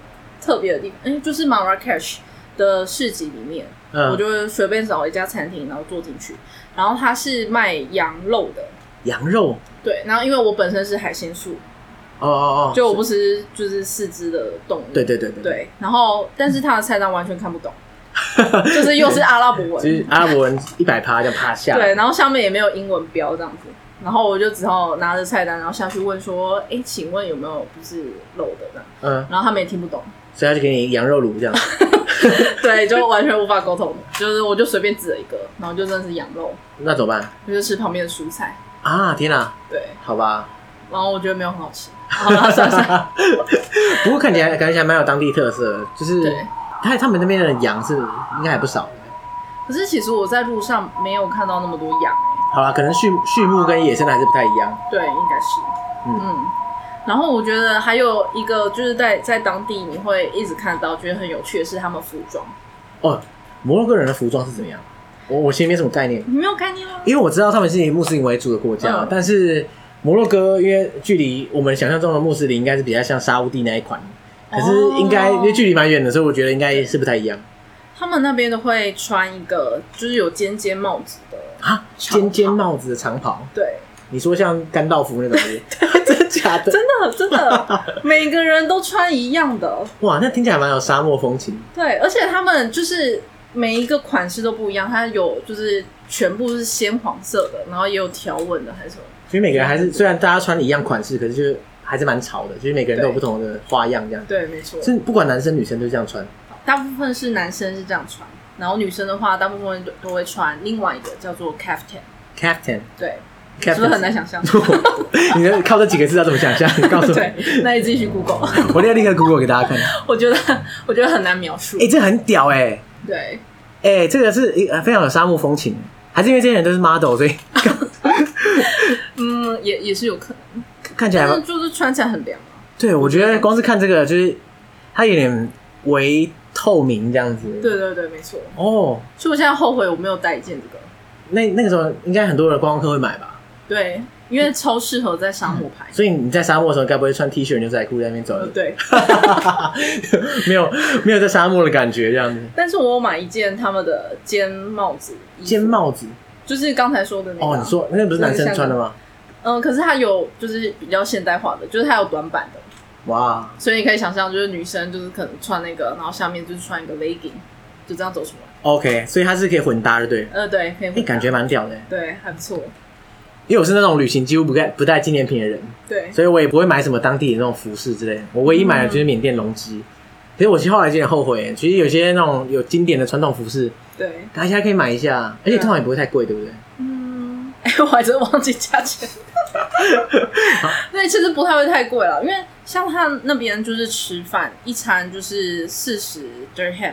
Speaker 2: 特别的地方，哎、就是 Marrakesh 的市集里面，
Speaker 1: 嗯
Speaker 2: 我就随便找一家餐厅，然后坐进去，然后它是卖羊肉的，
Speaker 1: 羊肉，
Speaker 2: 对，然后因为我本身是海鲜素，
Speaker 1: 哦哦哦，
Speaker 2: 就我不吃就是四肢的动物。
Speaker 1: 对对对对，
Speaker 2: 对，然后但是他的菜单完全看不 懂，就是又是阿拉伯
Speaker 1: 就
Speaker 2: 文，
Speaker 1: 是阿拉伯人一百趴这样趴下，
Speaker 2: 对，，然后上面也没有英文标这样子，然后我就只好拿着菜单，然后下去问说，哎，请问有没有不是肉的这样？
Speaker 1: 嗯，
Speaker 2: 然后他们也听不懂，
Speaker 1: 所以他就给你羊肉炉这样。
Speaker 2: 对，就完全无法沟通，就是我就随便指了一个，然后就真的是羊肉，
Speaker 1: 那怎么办
Speaker 2: 我就吃旁边的蔬菜，
Speaker 1: 啊？天哪、
Speaker 2: 对，
Speaker 1: 好吧。
Speaker 2: 然后我觉得没有很好吃，好了，算了算了，
Speaker 1: 不过看起来感觉起来蛮有当地特色的，就是
Speaker 2: 对。
Speaker 1: 他他们那边的羊是应该还不少的。
Speaker 2: 可是其实我在路上没有看到那么多羊、欸
Speaker 1: 好啦，可能畜畜牧跟野生的还是不太一样。
Speaker 2: 对，应该是，
Speaker 1: 嗯
Speaker 2: 然后我觉得还有一个就是在在当地你会一直看到，觉得很有趣的是他们服装，
Speaker 1: 哦，摩洛哥人的服装是怎么样？我我其实没什么概念，
Speaker 2: 你没有概念吗？
Speaker 1: 因为我知道他们是以穆斯林为主的国家，
Speaker 2: 嗯
Speaker 1: 但是摩洛哥因为距离我们想象中的穆斯林应该是比较像沙乌地那一款，可是应该、
Speaker 2: 哦
Speaker 1: 因为距离蛮远的，所以我觉得应该是不太一样
Speaker 2: 他们那边都会穿一个就是有尖尖帽子的，
Speaker 1: 啊。
Speaker 2: 长袍
Speaker 1: 尖尖帽子的长袍，
Speaker 2: 对，
Speaker 1: 你说像甘道夫那 种是不是，真假的？
Speaker 2: 真的真的，每个人都穿一样的，
Speaker 1: 哇，那听起来蛮有沙漠风情。
Speaker 2: 对，而且他们就是每一个款式都不一样，它有就是全部是鲜黄色的，然后也有条纹的还是什么。
Speaker 1: 所以每个人还是虽然大家穿一样款式，可是就是还是蛮潮的，就是每个人都有不同的花样这样。
Speaker 2: 对，没错，
Speaker 1: 是不管男生女生都这样穿。
Speaker 2: 大部分是男生是这样穿，然后女生的话，大部分都都会穿另外一个叫做 caftan，
Speaker 1: Captain，
Speaker 2: 对，是
Speaker 1: Captain
Speaker 2: 不是很难想象？
Speaker 1: 你能靠这几个字要怎么想象？你告诉我，
Speaker 2: 对，那你自己去 Google，
Speaker 1: 我立立刻 Google 给大家看。
Speaker 2: 我觉得我觉得很难描述
Speaker 1: 哎、。这很屌哎、欸！
Speaker 2: 对，
Speaker 1: 哎、这个是一呃非常有沙漠风情，还是因为这些人都是 model，所以
Speaker 2: 嗯，也也是有可能，
Speaker 1: 看起来
Speaker 2: 但
Speaker 1: 蛮
Speaker 2: 是就是穿起来很凉啊。
Speaker 1: 对。我觉得光是看这个，就是它有点微透明这样子。
Speaker 2: 对对对，没错。
Speaker 1: 哦，
Speaker 2: 所以我现在后悔我没有带一件这个，
Speaker 1: 那那个时候应该很多人观光客会买吧？
Speaker 2: 对，因为超适合在沙漠拍。
Speaker 1: 所以你在沙漠的时候，该不会穿 T 恤牛仔裤在那边走
Speaker 2: 呃
Speaker 1: 来走去？
Speaker 2: 对，
Speaker 1: 没有没有在沙漠的感觉这样子。
Speaker 2: 但是我有买一件他们的尖帽子，
Speaker 1: 尖，帽子
Speaker 2: 就是刚才说的那个啊。
Speaker 1: 哦，你说那不是男生穿的吗？
Speaker 2: 嗯，可是它有就是比较现代化的，就是它有短版的，
Speaker 1: 哇，
Speaker 2: 所以你可以想象，就是女生就是可能穿那个，然后下面就是穿一个 legging，就这样走出来。
Speaker 1: OK，所以它是可以混搭的，对。
Speaker 2: 呃，对，可以
Speaker 1: 哎、
Speaker 2: 回答
Speaker 1: 感觉蛮屌的，
Speaker 2: 对还不错，
Speaker 1: 因为我是那种旅行几乎不带不带纪念品的人，
Speaker 2: 对，
Speaker 1: 所以我也不会买什么当地的那种服饰之类的。我唯一买的就是缅甸龙织。其实我其实后来有点后悔，其实有些那种有经典的传统服饰，
Speaker 2: 对，
Speaker 1: 大家可以买一下，而且
Speaker 2: 对
Speaker 1: 通常也不会太贵，对不对？
Speaker 2: 嗯，哎、我还真忘记价钱。 对，其实不太会太贵了，因为像他那边就是吃饭一餐就是四十 dirham，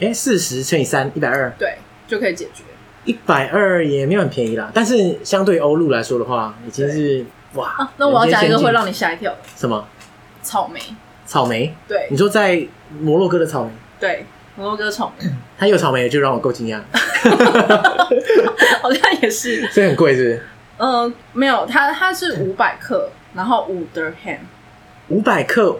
Speaker 1: 哎、四十乘以三，一百二，
Speaker 2: 对，就可以解决。
Speaker 1: 一百二也没有很便宜啦。但是相对欧陆来说的话，已经是哇、
Speaker 2: 啊，那我要讲一个会让
Speaker 1: 你
Speaker 2: 你吓一跳的，
Speaker 1: 什么
Speaker 2: 草莓，
Speaker 1: 草莓？
Speaker 2: 对
Speaker 1: 你说在摩洛哥的草莓，
Speaker 2: 对，摩洛哥草莓
Speaker 1: 它有草莓就让我够惊讶，
Speaker 2: 好像也是，
Speaker 1: 所以很贵是不是？
Speaker 2: 嗯、没有，它它是五百克，然后五 dirham，
Speaker 1: 五百克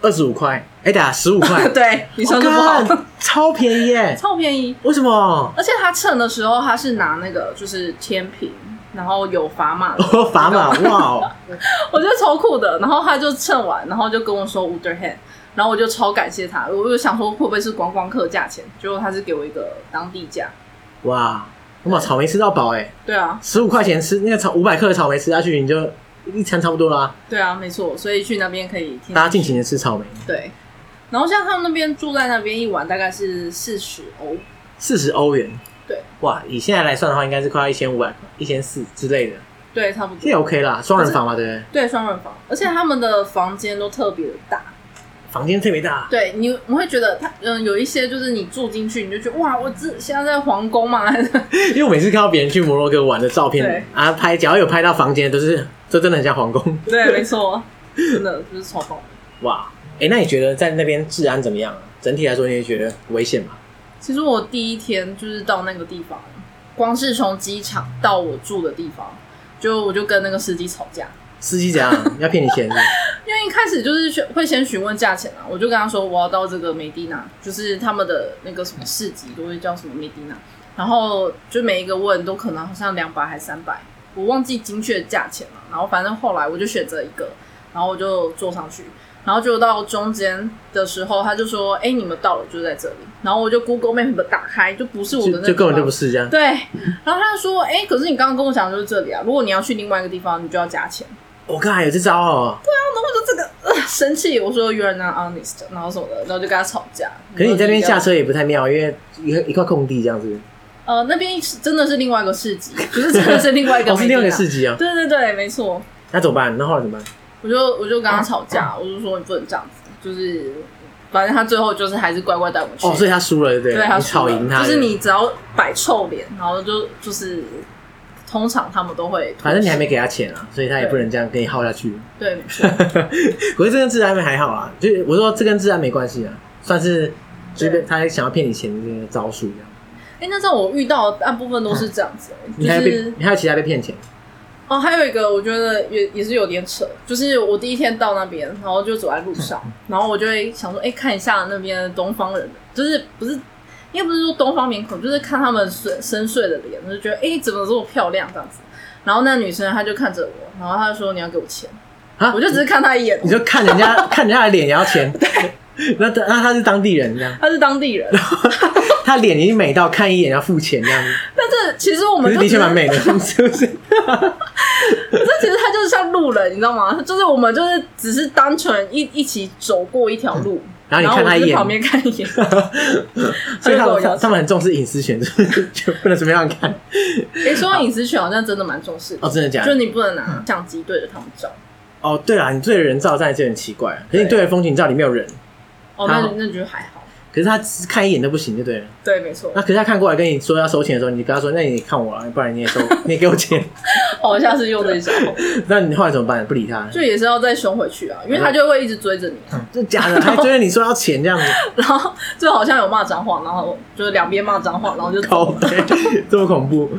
Speaker 1: 二十五块，哎、等下十五块，
Speaker 2: 对你算是不
Speaker 1: 我
Speaker 2: 好，
Speaker 1: 看超便宜耶！
Speaker 2: 超便宜。
Speaker 1: 为什么？
Speaker 2: 而且他称的时候，他是拿那个就是天平，然后有砝 码的，
Speaker 1: 我哦砝码哇哦，
Speaker 2: 我觉得超酷的。然后他就称完，然后就跟我说 w o d e r hand，然后我就超感谢他。我就想说会不会是观光客价钱，结果他是给我一个当地价。
Speaker 1: 哇！我把草莓吃到饱哎，
Speaker 2: 对啊，
Speaker 1: 十五块钱吃那个草五百克的草莓吃下去，你就一餐差不多啦、
Speaker 2: 对啊，没错。所以去那边可以听
Speaker 1: 大家尽情的吃草莓，
Speaker 2: 对。然后像他们那边住在那边一晚大概是四十欧，
Speaker 1: 四十欧元。
Speaker 2: 对，
Speaker 1: 哇！以现在来算的话，应该是快要一千五百、一千四之类的，
Speaker 2: 对，差不
Speaker 1: 这也
Speaker 2: 多。
Speaker 1: OK 啦，双人房嘛，对不对？
Speaker 2: 对，双人房，而且他们的房间都特别的大，
Speaker 1: 房间特别 大，
Speaker 2: 对你，我会觉得他，嗯，有一些就是你住进去，你就觉得哇，我这现在在皇宫嘛，还是
Speaker 1: 因为我每次看到别人去摩洛哥玩的照片啊，拍只要有拍到房间，都是这真的很像皇宫。
Speaker 2: 对，没错，真的就是超棒的。
Speaker 1: 哇，哎、那你觉得在那边治安怎么样啊？整体来说，你也觉得危险吗？
Speaker 2: 其实我第一天就是到那个地方，光是从机场到我住的地方，就我就跟那个司机吵架，
Speaker 1: 司机怎样要骗你钱是不是？
Speaker 2: 因为一开始就是去会先询问价钱啊，我就跟他说我要到这个梅迪纳，就是他们的那个什么市集都会叫什么梅迪纳，然后就每一个问都可能好像两百还三百，我忘记精确价钱了。然后反正后来我就选择一个，然后我就坐上去，然后就到中间的时候他就说：“哎、你们到了就在这里。”然后我就 Google Map 打开，就 不是我的那
Speaker 1: 就就
Speaker 2: 个
Speaker 1: 根本就不
Speaker 2: 是。
Speaker 1: 是这样。
Speaker 2: 对，然后他就说：“哎、可是你刚刚跟我讲的就是这里啊，如果你要去另外一个地方，你就要加钱。”
Speaker 1: 我靠，有这招哦！
Speaker 2: 然后我就这个生气，我说 you're not honest，然后什么的，然后就跟他吵架。
Speaker 1: 可是你在那边下
Speaker 2: 然后就
Speaker 1: 车也不太妙，因为一个一块空地这样子，
Speaker 2: 这样，呃，那边是真的是另外一个市 集，不是真的是另外一 个，
Speaker 1: 哦，是另外一个。市集啊，
Speaker 2: 对对对，没错。
Speaker 1: 那怎么办？那后来怎么办？
Speaker 2: 我就我就跟他吵架，我就说你不能这样子，就是反正他最后就是还是乖乖带我们去。
Speaker 1: 哦，所以他输了，对不对？
Speaker 2: 对他
Speaker 1: 你
Speaker 2: 输
Speaker 1: 吵
Speaker 2: 了
Speaker 1: 赢他了，
Speaker 2: 就是你只要摆臭脸，然后就就是通常他们都会妥协，
Speaker 1: 反正你还没给他钱啊，所以他也不能这样跟你耗下去。
Speaker 2: 对，没错，
Speaker 1: 可是这跟治安还好啊，就是我说这跟治安没关系啊，算是就是
Speaker 2: 对
Speaker 1: 他想要骗你钱的那个招数这样。
Speaker 2: 哎、那这样我遇到的大部分都是这样子、
Speaker 1: 你还
Speaker 2: 就
Speaker 1: 有被、
Speaker 2: 是
Speaker 1: 你还有其他被骗钱？
Speaker 2: 哦，还有一个我觉得也也是有点扯，就是我第一天到那边，然后就走在路上，
Speaker 1: 嗯
Speaker 2: 然后我就会想说，哎、看一下那边的东方人，就是不是。应该不是说东方面孔，就是看他们深深邃的脸，就觉得哎、诶怎么这么漂亮这样子。然后那女生她就看着我，然后她就说你要给我钱，
Speaker 1: 啊
Speaker 2: 我就只是看她一眼，
Speaker 1: 你就看人 家看人家的脸也要钱？那那他是当地人这样，
Speaker 2: 她是当 地人，
Speaker 1: 他脸已经美到看一眼要付钱这样子，
Speaker 2: 但是其实我
Speaker 1: 可
Speaker 2: 们
Speaker 1: 是
Speaker 2: 就
Speaker 1: 的
Speaker 2: 只
Speaker 1: 确
Speaker 2: 是
Speaker 1: 蛮 美的，是不 是？
Speaker 2: 可是其实他就是像路人，你知道吗？就是我们就是只是单纯一一起走过一条路，
Speaker 1: 嗯然后你
Speaker 2: 然后
Speaker 1: 看他
Speaker 2: 我
Speaker 1: 一
Speaker 2: 就
Speaker 1: 眼
Speaker 2: 在旁边看一眼，
Speaker 1: 所以他
Speaker 2: 他就跟我
Speaker 1: 们他
Speaker 2: 要钱
Speaker 1: 他们很重视隐私权，就是 就不能随便让看。
Speaker 2: 诶，说到隐私权，好像真的蛮重视的
Speaker 1: 哦，真的假
Speaker 2: 就
Speaker 1: 的？
Speaker 2: 你不能拿相机对着他们照。
Speaker 1: 哦，对了，你对着人照当然是很奇怪啊，可是你对着风景照里面有人，
Speaker 2: 哦，那
Speaker 1: 好
Speaker 2: 那就还好。
Speaker 1: 可是他只看一眼都不行，就对了。
Speaker 2: 对，没错
Speaker 1: 那。可是他看过来跟你说要收钱的时候，你跟他说：“那你看我啊，不然你也收， 你也给我钱。
Speaker 2: 哦我下次用这一招，”
Speaker 1: 那你后来怎么办？不理 他，
Speaker 2: 就也是要再凶回去啊，因为他就会一直追着你啊、
Speaker 1: 这假的，还追着你说要钱这样子，
Speaker 2: 然后就好像有骂脏话，然后就是两边骂脏话，然后就
Speaker 1: 靠
Speaker 2: 走 了。
Speaker 1: 背，这么恐怖。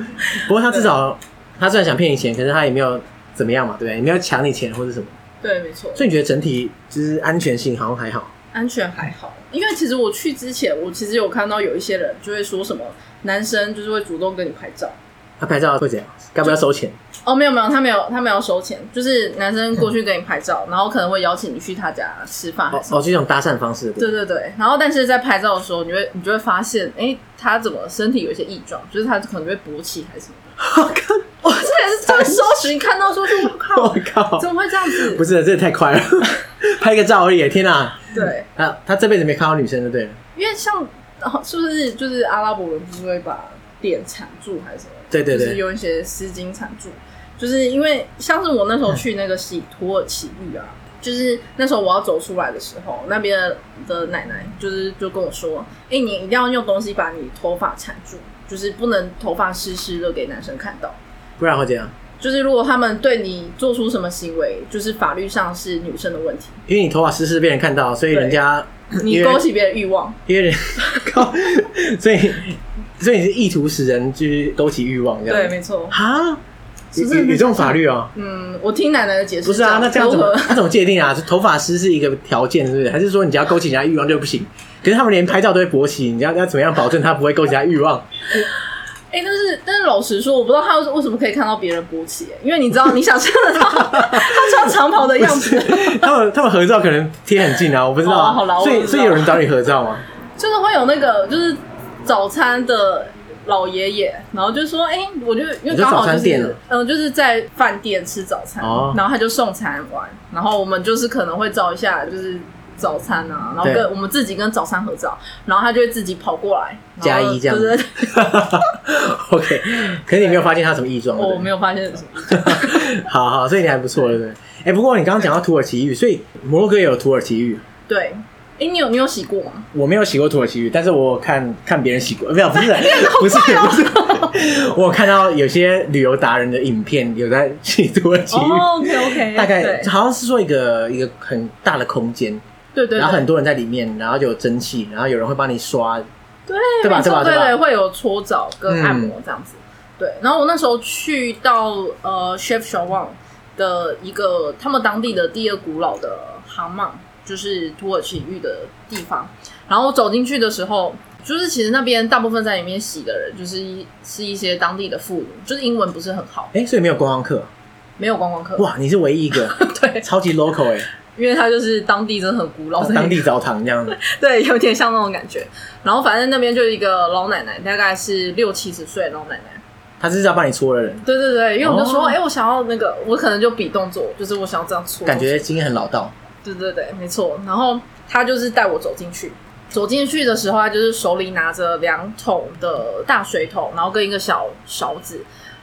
Speaker 1: 不过他至少，他虽然想骗你钱，可是他也没有怎么样嘛，对不对？也没有抢你钱或者什么，
Speaker 2: 对，没错。
Speaker 1: 所以你觉得整体就是安全性好像还好。
Speaker 2: 安全还好，因为其实我去之前，我其实有看到有一些人就会说什么男生就是会主动跟你拍照。
Speaker 1: 他拍照会怎样？该不要收钱？
Speaker 2: 哦，没有没有，他没有他没有收钱，就是男生过去跟你拍照，然后可能会邀请你去他家吃饭
Speaker 1: 哦
Speaker 2: 还是什么。
Speaker 1: 哦，这种搭讪方式，对不对
Speaker 2: 对对对，然后但是在拍照的时候，你会你就会发现，哎，他怎么身体有一些异状，就是他可能会勃起还是什么的。我之前 是在搜寻看到说，我靠，
Speaker 1: 我靠，
Speaker 2: 怎么会这样子？
Speaker 1: 不是，这也太快了， 拍个照而已，天哪！
Speaker 2: 对，
Speaker 1: 他他这辈子没看到女生，就对了。
Speaker 2: 因为像哦是不是就是阿拉伯人不是会把脸缠住还是什么？
Speaker 1: 对对
Speaker 2: 就是
Speaker 1: 对，
Speaker 2: 用一些丝巾缠住，就是因为像是我那时候去那个西土耳其浴啊，就是那时候我要走出来的时候，那边的的奶奶就是就跟我说，哎、你一定要用东西把你头发缠住，就是不能头发湿湿的给男生看到。
Speaker 1: 不然会怎样？
Speaker 2: 就是如果他们对你做出什么行为，就是法律上是女生的问题，
Speaker 1: 因为你头发湿湿被人看到，所以人家因
Speaker 2: 你
Speaker 1: 为
Speaker 2: 勾起别人欲望。
Speaker 1: 因为人 靠，所以所以你是意图使人就是勾起欲望这
Speaker 2: 对，
Speaker 1: 样。
Speaker 2: 没错。
Speaker 1: 啊，有
Speaker 2: 是不是
Speaker 1: 有有这种法律哦？
Speaker 2: 嗯，我听奶奶的解释，
Speaker 1: 不是啊，那这样怎
Speaker 2: 如
Speaker 1: 么
Speaker 2: 何
Speaker 1: 那怎么界定啊？头发湿是一个条件，是不是？还是说你只要勾起人家欲望就不行？可是他们连拍照都会勃起，你要要怎么样保证他不会勾起他欲望？
Speaker 2: 哎、但是但是老实说，我不知道他为什么可以看到别人勃起、因为你知道，你想象得到他穿长袍的样子，
Speaker 1: 他们他们合照可能贴很近啊，我不知道啊。
Speaker 2: 哦好啦我
Speaker 1: 所
Speaker 2: 不
Speaker 1: 以
Speaker 2: 知道
Speaker 1: 所以有人找你合照吗？
Speaker 2: 就是会有那个就是早餐的老爷爷，然后就说，哎、我就因
Speaker 1: 你
Speaker 2: 为刚好
Speaker 1: 说早餐
Speaker 2: 就
Speaker 1: 店哦
Speaker 2: 是嗯、就是在饭店吃早餐，
Speaker 1: 哦
Speaker 2: 然后他就送餐完，然后我们就是可能会照一下就是早餐啊，然后
Speaker 1: 对
Speaker 2: 跟我们自己跟早餐合照，然后他就会自己跑过来
Speaker 1: 加一这样
Speaker 2: 子，对对
Speaker 1: OK，可是你没有发现他什么异状？
Speaker 2: 对
Speaker 1: 对
Speaker 2: 我
Speaker 1: 不
Speaker 2: 没有发现什么，
Speaker 1: 对好好，所以你还不错，对不对？哎、不过你刚刚讲到土耳其浴，所以摩洛哥也有土耳其浴。
Speaker 2: 对，哎、你有你有洗过吗？
Speaker 1: 我没有洗过土耳其浴，但是我看看别人洗过，没有，不 是，不是，不
Speaker 2: 哦
Speaker 1: 是，我有看到有些旅游达人的影片有在洗土耳其浴，
Speaker 2: 哦，OK OK，
Speaker 1: 大概
Speaker 2: 对
Speaker 1: 好像是说一个一个很大的空间，
Speaker 2: 对对，
Speaker 1: 然后
Speaker 2: 对
Speaker 1: 很多人在里面，然后有蒸汽，然后有人会帮你刷，
Speaker 2: 对，
Speaker 1: 对吧
Speaker 2: 没错
Speaker 1: 对吧
Speaker 2: 对
Speaker 1: 对吧嗯
Speaker 2: 会有搓澡跟按摩这样子。对，然后我那时候去到呃 Chef s h a w a n 的一个他们当地的第二古老的航mạng，就是土耳其浴的地方。然后我走进去的时候，就是其实那边大部分在里面洗的人，就是一是一些当地的妇女，就是英文不是很好，
Speaker 1: 哎、所以没有观光客，
Speaker 2: 没有观光客，
Speaker 1: 哇，你是唯一一个，
Speaker 2: 对
Speaker 1: 超级 local 哎、
Speaker 2: 因为他就是当地真的很古老，所以
Speaker 1: 当地澡堂这样子，
Speaker 2: 对，有点像那种感觉。然后反正那边就是一个老奶奶，大概是六七十岁的老奶奶。
Speaker 1: 他是要帮你搓的人，
Speaker 2: 对对对，因为我就说，
Speaker 1: 哦
Speaker 2: 哎、我想要那个，我可能就比动作，就是我想要这样搓。
Speaker 1: 感觉今天很老道，
Speaker 2: 对对对，没错。然后他就是带我走进去，走进去的时候，他就是手里拿着两桶的大水桶，然后跟一个小勺子。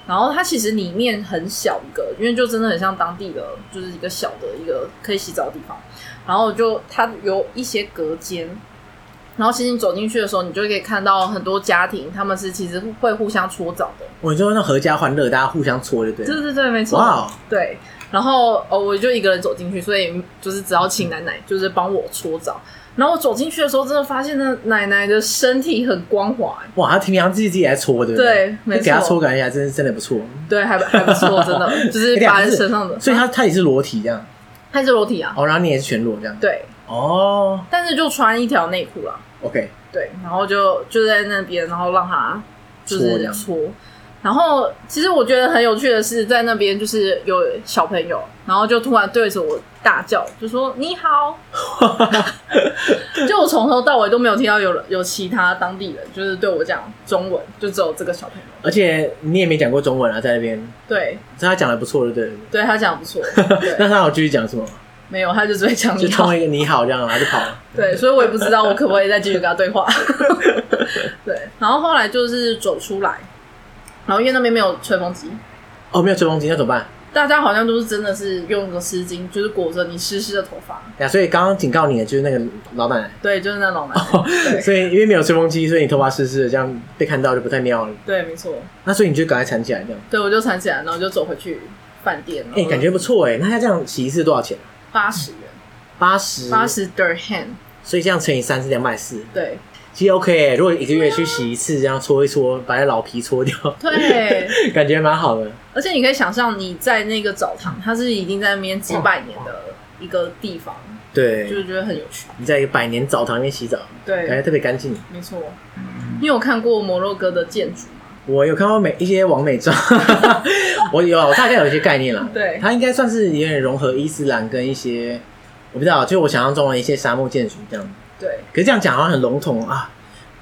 Speaker 2: 然后它其实里面很小一个，因为就真的很像当地的，就是一个小的一个可以洗澡的地方。然后就它有一些隔间，然后其实你走进去的时候，你就可以看到很多家庭，他们是其实会互相搓澡的。
Speaker 1: 我就那合家欢乐，大家互相搓就对了。
Speaker 2: 对对对，没错。
Speaker 1: 哇哦，
Speaker 2: 对，然后哦，我就一个人走进去，所以就是只要请奶奶就是帮我搓澡。然后我走进去的时候，真的发现那奶奶的身体很光滑、欸
Speaker 1: 哇，他平常自己自己来搓，对不对？
Speaker 2: 对，没
Speaker 1: 那给他搓，
Speaker 2: 错，
Speaker 1: 感觉还真真的不错。
Speaker 2: 对，还不还不错，真的 就是
Speaker 1: 哎等一下
Speaker 2: 把人
Speaker 1: 是
Speaker 2: 身上的，
Speaker 1: 所以他他也是裸体这样，
Speaker 2: 他是裸体啊，
Speaker 1: 哦，然后你也是全裸这样。
Speaker 2: 对，
Speaker 1: 哦
Speaker 2: 但是就穿一条内裤啦，
Speaker 1: ，OK，
Speaker 2: 对，然后就就在那边，然后让他就
Speaker 1: 搓这
Speaker 2: 是
Speaker 1: 样
Speaker 2: 搓。然后其实我觉得很有趣的是，在那边就是有小朋友，然后就突然对着我大叫，就说“你好”，就我从头到尾都没有听到有人有其他当地人就是对我讲中文，就只有这个小朋友。
Speaker 1: 而且你也没讲过中文啊，在那边，
Speaker 2: 对，
Speaker 1: 所以他讲的不错，对不对？
Speaker 2: 对他讲得不错，对，
Speaker 1: 那他有继续讲什么？
Speaker 2: 没有，他就只会讲
Speaker 1: 就
Speaker 2: 你
Speaker 1: 冲
Speaker 2: 好。
Speaker 1: 了一个你好这样，然后就跑 了。
Speaker 2: 对，所以我也不知道我可不可以再继续跟他对话。 对，然后后来就是走出来，然后因为那边没有吹风机，
Speaker 1: 哦，没有吹风机，那怎么办？
Speaker 2: 大家好像都是真的是用个湿巾，就是裹着你湿湿的头发，
Speaker 1: 呀，所以刚刚警告你的就是那个老奶奶。
Speaker 2: 对，就是那种男
Speaker 1: 哦
Speaker 2: 生，
Speaker 1: 所以因为没有吹风机，所以你头发湿湿的，这样被看到就不太妙了。
Speaker 2: 对，没错，
Speaker 1: 那所以你就赶快缠起来这样。
Speaker 2: 对我就缠起来，然后就走回去饭店，
Speaker 1: 哎、感觉不错哎、那他这样洗一次多少钱？
Speaker 2: 八十元，
Speaker 1: 八十，
Speaker 2: 八十 dirham，
Speaker 1: 所以这样乘以三是两百四，
Speaker 2: 对
Speaker 1: 其实 OK 欸、如果一个月去洗一次，这样搓一搓，把那老皮搓掉，
Speaker 2: 对，
Speaker 1: 感觉蛮好的。
Speaker 2: 而且你可以想象你在那个澡堂，它是已经在那边几百年的一个地方，就
Speaker 1: 对，
Speaker 2: 是觉得很有趣，
Speaker 1: 你在一个百年澡堂里面洗澡，感觉
Speaker 2: 对，
Speaker 1: 特别干净。
Speaker 2: 没错，你有看过摩洛哥的建筑吗？
Speaker 1: 我有看过美一些网美照， 我有我大概有一些概念啦。
Speaker 2: 对
Speaker 1: 它应该算是有点融合伊斯兰跟一些我不知道，就我想象中的一些沙漠建筑这样。
Speaker 2: 对，
Speaker 1: 可是这样讲好像很笼统啊，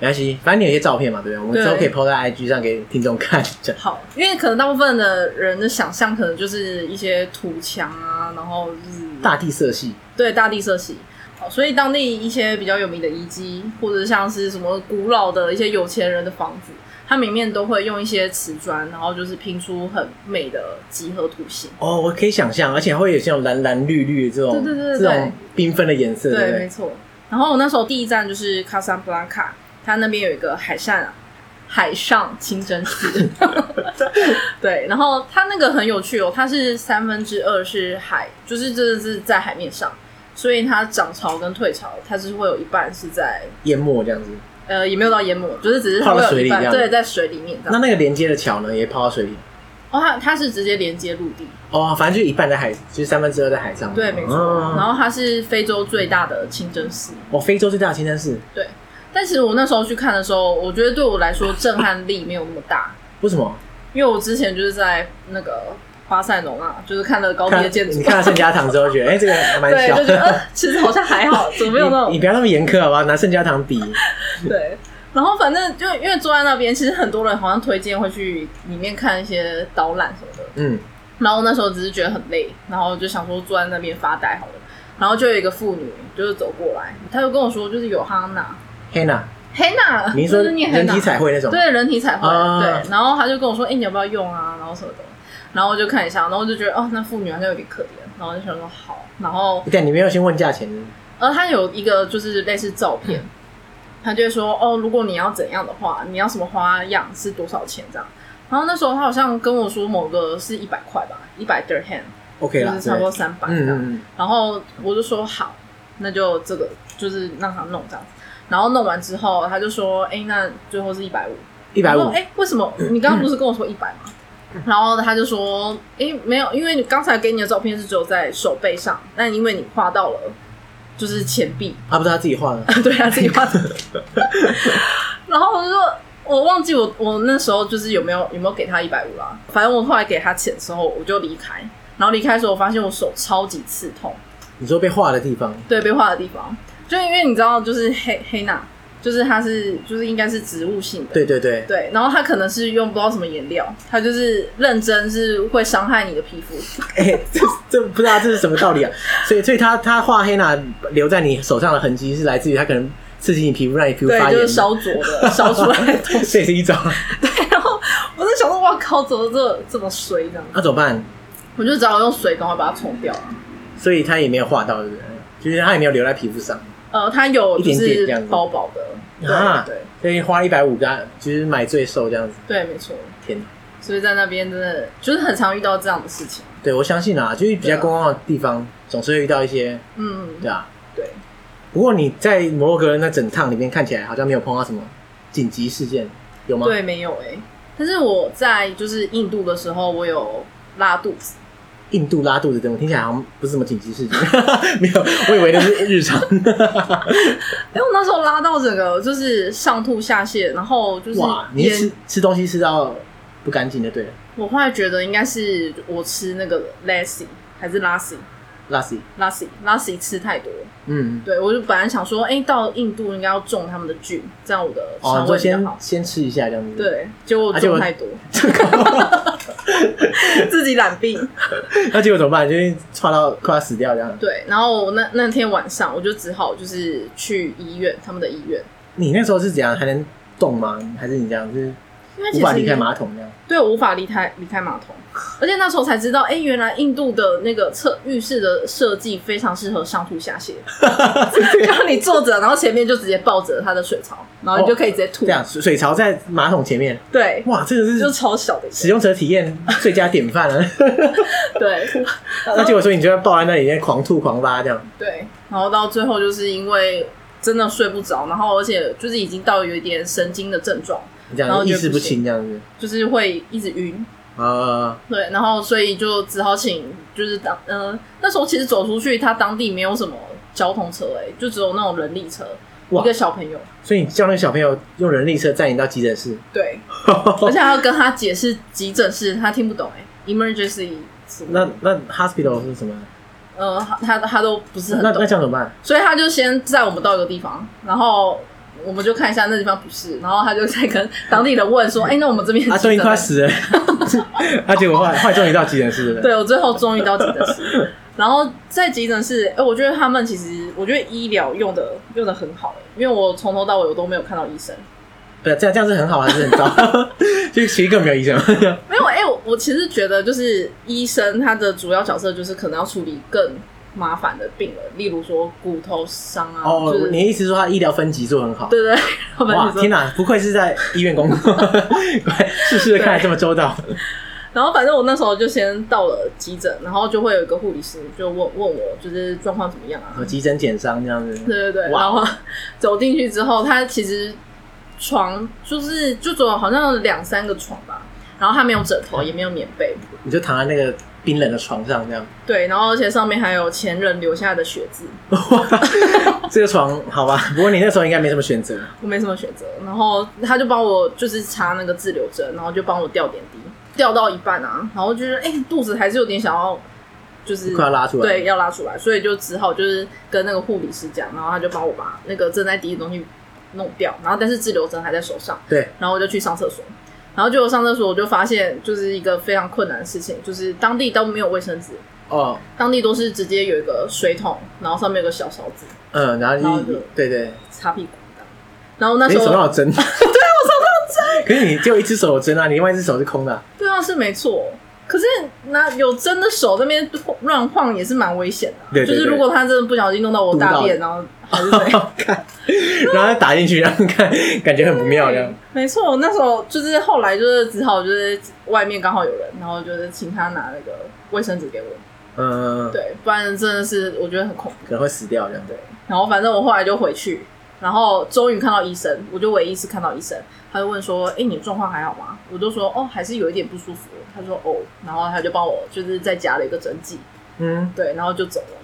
Speaker 1: 没关系，反正你有一些照片嘛，对不对？我们
Speaker 2: 对
Speaker 1: 之后可以 PO 在 IG 上给听众看。这样
Speaker 2: 好，因为可能大部分的人的想象可能就是一些土墙啊，然后就是
Speaker 1: 大地色系，
Speaker 2: 对大地色系。好，所以当地一些比较有名的遗迹，或者像是什么古老的一些有钱人的房子，它里面都会用一些瓷砖，然后就是拼出很美的几何图形。
Speaker 1: 哦，我可以想象，而且会有这种蓝蓝绿绿这种
Speaker 2: 对对对对
Speaker 1: 这种缤纷的颜色，对不
Speaker 2: 没
Speaker 1: 对？
Speaker 2: 错。然后我那时候第一站就是卡萨布兰卡，它那边有一个海上海上清 真寺，对。然后它那个很有趣哦，它是三分之二是海，就是这是在海面上，所以它涨潮跟退潮，它是会有一半是在
Speaker 1: 淹没这样子。
Speaker 2: 呃也没有到淹没，就是只是它
Speaker 1: 泡
Speaker 2: 会
Speaker 1: 在
Speaker 2: 有一
Speaker 1: 水里这
Speaker 2: 半
Speaker 1: 样
Speaker 2: 对在水里面这
Speaker 1: 那
Speaker 2: 样。
Speaker 1: 那个连接的桥呢，也泡到水里。
Speaker 2: 哦，它它是直接连接陆地，
Speaker 1: 哦，反正就一半在海，就是三分之二在海上。
Speaker 2: 对，没错。
Speaker 1: 哦
Speaker 2: 然后它是非洲最大的清真寺。
Speaker 1: 哦，非洲最大的清真寺，
Speaker 2: 但是我那时候去看的时候，我觉得对我来说震撼力没有那么大，
Speaker 1: 为什么？
Speaker 2: 因为我之前就是在那个巴塞隆啊，就是看了高地
Speaker 1: 看
Speaker 2: 的建筑
Speaker 1: 你，看了 圣家堂之后，觉得哎、这个还蛮
Speaker 2: 对，
Speaker 1: 小
Speaker 2: 就。觉得、呃、其实好像还好，怎么没有那
Speaker 1: 你 你
Speaker 2: 种
Speaker 1: 不要那么严苛好不好？拿圣家堂比，
Speaker 2: 对。然后反正就因为坐在那边，其实很多人好像推荐会去里面看一些导览什么的。
Speaker 1: 嗯，
Speaker 2: 然后那时候只是觉得很累，然后就想说坐在那边发呆好了。然后就有一个妇女就是走过来，她就跟我说，就是有哈娜，
Speaker 1: 黑娜，
Speaker 2: 黑娜，
Speaker 1: 你是说
Speaker 2: 啊就是念黑
Speaker 1: 人
Speaker 2: 娜
Speaker 1: 体彩绘那种？
Speaker 2: 对，人体彩绘，
Speaker 1: 啊
Speaker 2: 对。然后他就跟我说：“哎、你要不要用啊？”然后什么的，然后我就看一下，然后我就觉得哦，那妇女好像有点可怜，然后我就想说好，然后
Speaker 1: 对，你没有先问价钱，
Speaker 2: 呃，他有一个就是类似照片，
Speaker 1: 嗯
Speaker 2: 他就会说哦，如果你要怎样的话，你要什么花样是多少钱这样。然后那时候他好像跟我说某个是一百块吧，一百 dirham，
Speaker 1: OK
Speaker 2: 就
Speaker 1: 啦，
Speaker 2: 是差不多
Speaker 1: 对
Speaker 2: 三百这
Speaker 1: 嗯
Speaker 2: 样。
Speaker 1: 嗯嗯，
Speaker 2: 然后我就说好，那就这个就是让他弄这样子。然后弄完之后，他就说：“哎、那最后是一百五。”
Speaker 1: 一百
Speaker 2: 然
Speaker 1: 五嗯
Speaker 2: 后，哎、为什么你刚刚不是跟我说一百吗？然后他就说，哎、没有，因为你刚才给你的照片是只有在手背上，那因为你画到了就是钱币，
Speaker 1: 啊，不是他自己画的，
Speaker 2: 对啊，自 己画的。然后我就说，我忘记我我那时候就是有没有有没有给他一百五啦，反正我后来给他钱的时候，我就离开。然后离开的时候，我发现我手超级刺痛，
Speaker 1: 你说被画的地方，
Speaker 2: 对，被画的地方，就因为你知道，就是黑黑娜，就是它是就是应该是植物性的，
Speaker 1: 对对对，
Speaker 2: 对，然后它可能是用不知道什么颜料，它就是认真是会伤害你的皮肤，
Speaker 1: 哎、这这不知道这是什么道理啊？所以所以他他画黑拿留在你手上的痕迹是来自于他可能刺激你皮肤，让你皮肤
Speaker 2: 对
Speaker 1: 发，
Speaker 2: 就是
Speaker 1: 炎，
Speaker 2: 烧灼的烧出来 的东西。
Speaker 1: 这也是一种。
Speaker 2: 然后我在想说，哇靠，怎么这这么衰呢？
Speaker 1: 那、怎么办？
Speaker 2: 我就只好用水赶快把它冲掉啊。
Speaker 1: 所以他也没有画到，对不对？就是他也没有留在皮肤上，
Speaker 2: 呃，它有就
Speaker 1: 一点点
Speaker 2: 是
Speaker 1: 这样子
Speaker 2: 薄薄的，
Speaker 1: 啊
Speaker 2: 对
Speaker 1: 所以花一百五干，就是买罪受这样子。
Speaker 2: 对对，没错。
Speaker 1: 天哪！
Speaker 2: 所以在那边真的就是很常遇到这样的事情。
Speaker 1: 对我相信啊，就是比较公共的地方，总是会遇到一些，
Speaker 2: 嗯，
Speaker 1: 对啊。
Speaker 2: 对。
Speaker 1: 不过你在摩洛哥那整趟里面看起来好像没有碰到什么紧急事件，有吗？
Speaker 2: 对，没有哎、但是我在就是印度的时候，我有拉肚子。
Speaker 1: 印度拉肚子这种听起来好像不是什么紧急事情， 没有，我以为那是日 常。
Speaker 2: 哎、我那时候拉到整个就是上吐下泻，然后就是
Speaker 1: 哇，你是
Speaker 2: 也
Speaker 1: 吃吃东西吃到不干净就对了。
Speaker 2: 我后来觉得应该是我吃那个 lassi 还是 lassi
Speaker 1: Lassi，
Speaker 2: lassi lassi 吃太多，
Speaker 1: 嗯，
Speaker 2: 对我就本来想说，哎、到印度应该要种他们的菌，这样我的
Speaker 1: 哦，
Speaker 2: 肠
Speaker 1: 你说
Speaker 2: 胃比较
Speaker 1: 先
Speaker 2: 好。
Speaker 1: 先吃一下这样子。，
Speaker 2: 对，结果我
Speaker 1: 啊结果
Speaker 2: 种太多，自己染病。
Speaker 1: 那结果怎么办？就是窜到快要死掉这样。
Speaker 2: 对，然后我那那天晚上我就只好就是去医院，他们的医院，
Speaker 1: 你那时候是怎样还能动吗？还是你这样就是
Speaker 2: 因为其
Speaker 1: 无
Speaker 2: 实
Speaker 1: 法离开马桶这样？
Speaker 2: 对，我无法离开离开马桶，而且那时候才知道，哎、原来印度的那个厕浴室的设计非常适合上吐 下泻，就你坐着，然后前面就直接抱着它的水槽，然后你就可以直接吐，
Speaker 1: 这样水水槽在马桶前面，
Speaker 2: 对，
Speaker 1: 哇，这个
Speaker 2: 就是超小的一
Speaker 1: 使
Speaker 2: 个，
Speaker 1: 用者体验最佳典范 啊！
Speaker 2: 对
Speaker 1: 那结果说你就要抱在那里面狂吐狂拉这样。
Speaker 2: 对，然后到最后就是因为真的睡不着，然后而且就是已经到有一点神经的症状，
Speaker 1: 你这
Speaker 2: 然后
Speaker 1: 样
Speaker 2: 就
Speaker 1: 意
Speaker 2: 不
Speaker 1: 识不
Speaker 2: 行
Speaker 1: 清这样子
Speaker 2: 就是会一直晕，
Speaker 1: 啊，
Speaker 2: 对，然后所以就只好请，就是当嗯、那时候其实走出去，他当地没有什么交通车、欸，哎，就只有那种人力车，
Speaker 1: 哇
Speaker 2: 一个小朋友，
Speaker 1: 所以你叫那个小朋友用人力车载你到急诊 室，
Speaker 2: 对，而且还要跟他解释急诊室，他听不懂、欸，哎，emergency 什么，
Speaker 1: 那那 hospital 是什么？
Speaker 2: 呃，他他都不是很
Speaker 1: 那那
Speaker 2: 懂，
Speaker 1: 这样怎么办？
Speaker 2: 所以他就先载我们到一个地方，然后。我们就看一下那地方不是，然后他就在跟当地 人问说：“哎、那我们这边
Speaker 1: 啊，
Speaker 2: 急
Speaker 1: 终
Speaker 2: 诊
Speaker 1: 于快
Speaker 2: 呢
Speaker 1: 死 了，啊，结果后来后来终于到急诊室了。
Speaker 2: 对我最后终于到急诊室，然后在急诊室，哎、我觉得他们其实，我觉得医疗用的用的很好、欸因为我从头到尾我都没有看到医生，
Speaker 1: 对，这样这样是很好还是很糟？ 就其实根本没有医生。
Speaker 2: 没有，哎、我我其实觉得就是医生他的主要角色就是可能要处理更麻烦的病人，例如说骨头伤啊，
Speaker 1: 哦
Speaker 2: 就，是
Speaker 1: 你的意思是说他医疗分级做得很好？
Speaker 2: 对对 对，他们
Speaker 1: 哇，
Speaker 2: 就说
Speaker 1: 天哪，不愧是在医院工 作，事事看得这么周到。
Speaker 2: 然后反正我那时候就先到了急诊，然后就会有一个护理师就问问我就是状况怎么样啊，
Speaker 1: 什么哦急诊减伤这样子，
Speaker 2: 对对对，
Speaker 1: 哇
Speaker 2: 然后走进去之后，他其实床就是就只有好像有两三个床吧，然后他没有枕头，也没有棉被，
Speaker 1: 你就躺在那个冰冷的床上 这样。
Speaker 2: 对，然后而且上面还有前人留下的血渍，
Speaker 1: 这个床好吧，不过你那时候应该没什么选择。
Speaker 2: 我没什么选择。然后他就帮我就是插那个滞留针，然后就帮我吊点滴，吊到一半啊，然后就是哎、肚子还是有点想要。就是
Speaker 1: 快要拉出来
Speaker 2: 对，要拉出来，所以就只好就是跟那个护理师讲，然后他就帮我把那个正在滴的东西弄掉，然后但是滞留针还在手上，
Speaker 1: 对，
Speaker 2: 然后我就去上厕所，然后结果上厕所我就发现就是一个非常困难的事情，就是当地都没有卫生纸，
Speaker 1: 哦，
Speaker 2: 当地都是直接有一个水桶，然后上面有个小勺子
Speaker 1: 嗯，然
Speaker 2: 然
Speaker 1: 后
Speaker 2: 后
Speaker 1: 就
Speaker 2: 就
Speaker 1: 对对，
Speaker 2: 擦屁股的。然后那
Speaker 1: 你
Speaker 2: 时
Speaker 1: 手上
Speaker 2: 候
Speaker 1: 有 针，对我手上有针，可是你只有一只手有针啊，你另外一只手是空的啊。
Speaker 2: 对啊是没错，可是拿有真的手那边乱晃也是蛮危险的啊、
Speaker 1: 对对
Speaker 2: 就是
Speaker 1: 对
Speaker 2: 如果他真的不小心弄到我
Speaker 1: 嘟到
Speaker 2: 大
Speaker 1: 你
Speaker 2: 便，然后还 是怎样。
Speaker 1: 看，然后打进去，然后看， 感觉很不妙这样。
Speaker 2: 没错，那时候就是后来就是只好就是外面刚好有人，然后就是请他拿那个卫生纸给我，
Speaker 1: 嗯，
Speaker 2: 对，不然真的是我觉得很恐怖。
Speaker 1: 可能会死掉这样。对，
Speaker 2: 然后反正我后来就回去，然后终于看到医生，我就唯一一次看到医生，他就问说：“哎、你状况还好吗？”我就说：“哦，还是有一点不舒服。”他说：“哦。”然后他就帮我就是再夹了一个针剂，
Speaker 1: 嗯，
Speaker 2: 对，然后就走了。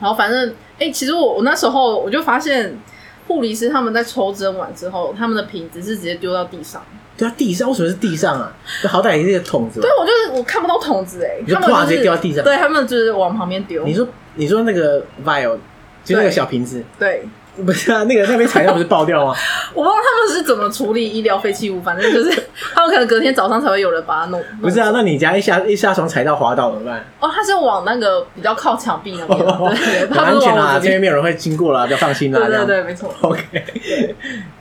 Speaker 2: 然后反正，哎、其实我我那时候我就发现，护理师他们在抽针完之后，他们的瓶子是直接丢到地上。
Speaker 1: 对啊，地上为什么是地上啊？这好歹也是个桶子吧
Speaker 2: 对，。我就是我看不到筒子哎、
Speaker 1: 你就
Speaker 2: 他们
Speaker 1: 啪
Speaker 2: 就
Speaker 1: 直接
Speaker 2: 是
Speaker 1: 掉地上
Speaker 2: 对他们就是往旁边丢
Speaker 1: 你。说，你说那个 vial 就那个小瓶子，
Speaker 2: 对，
Speaker 1: 不是啊，那个那边材料不是爆 掉吗？
Speaker 2: 我忘了他们是怎么处理医疗废弃物，反正就是 他们可能隔天早上才会有人把它弄。弄
Speaker 1: 不是啊，那你家一下一下床踩到滑倒怎么办？
Speaker 2: 哦，他是往那个比较靠墙壁那边，对，
Speaker 1: 很
Speaker 2: 他不
Speaker 1: 哦安
Speaker 2: 是
Speaker 1: 全
Speaker 2: 往
Speaker 1: 啦，
Speaker 2: 我
Speaker 1: 这
Speaker 2: 这
Speaker 1: 边
Speaker 2: 边。
Speaker 1: 没有人会经过啦，不要放心啦。
Speaker 2: 对
Speaker 1: 这
Speaker 2: 对
Speaker 1: 样
Speaker 2: 对，没错。
Speaker 1: ，OK，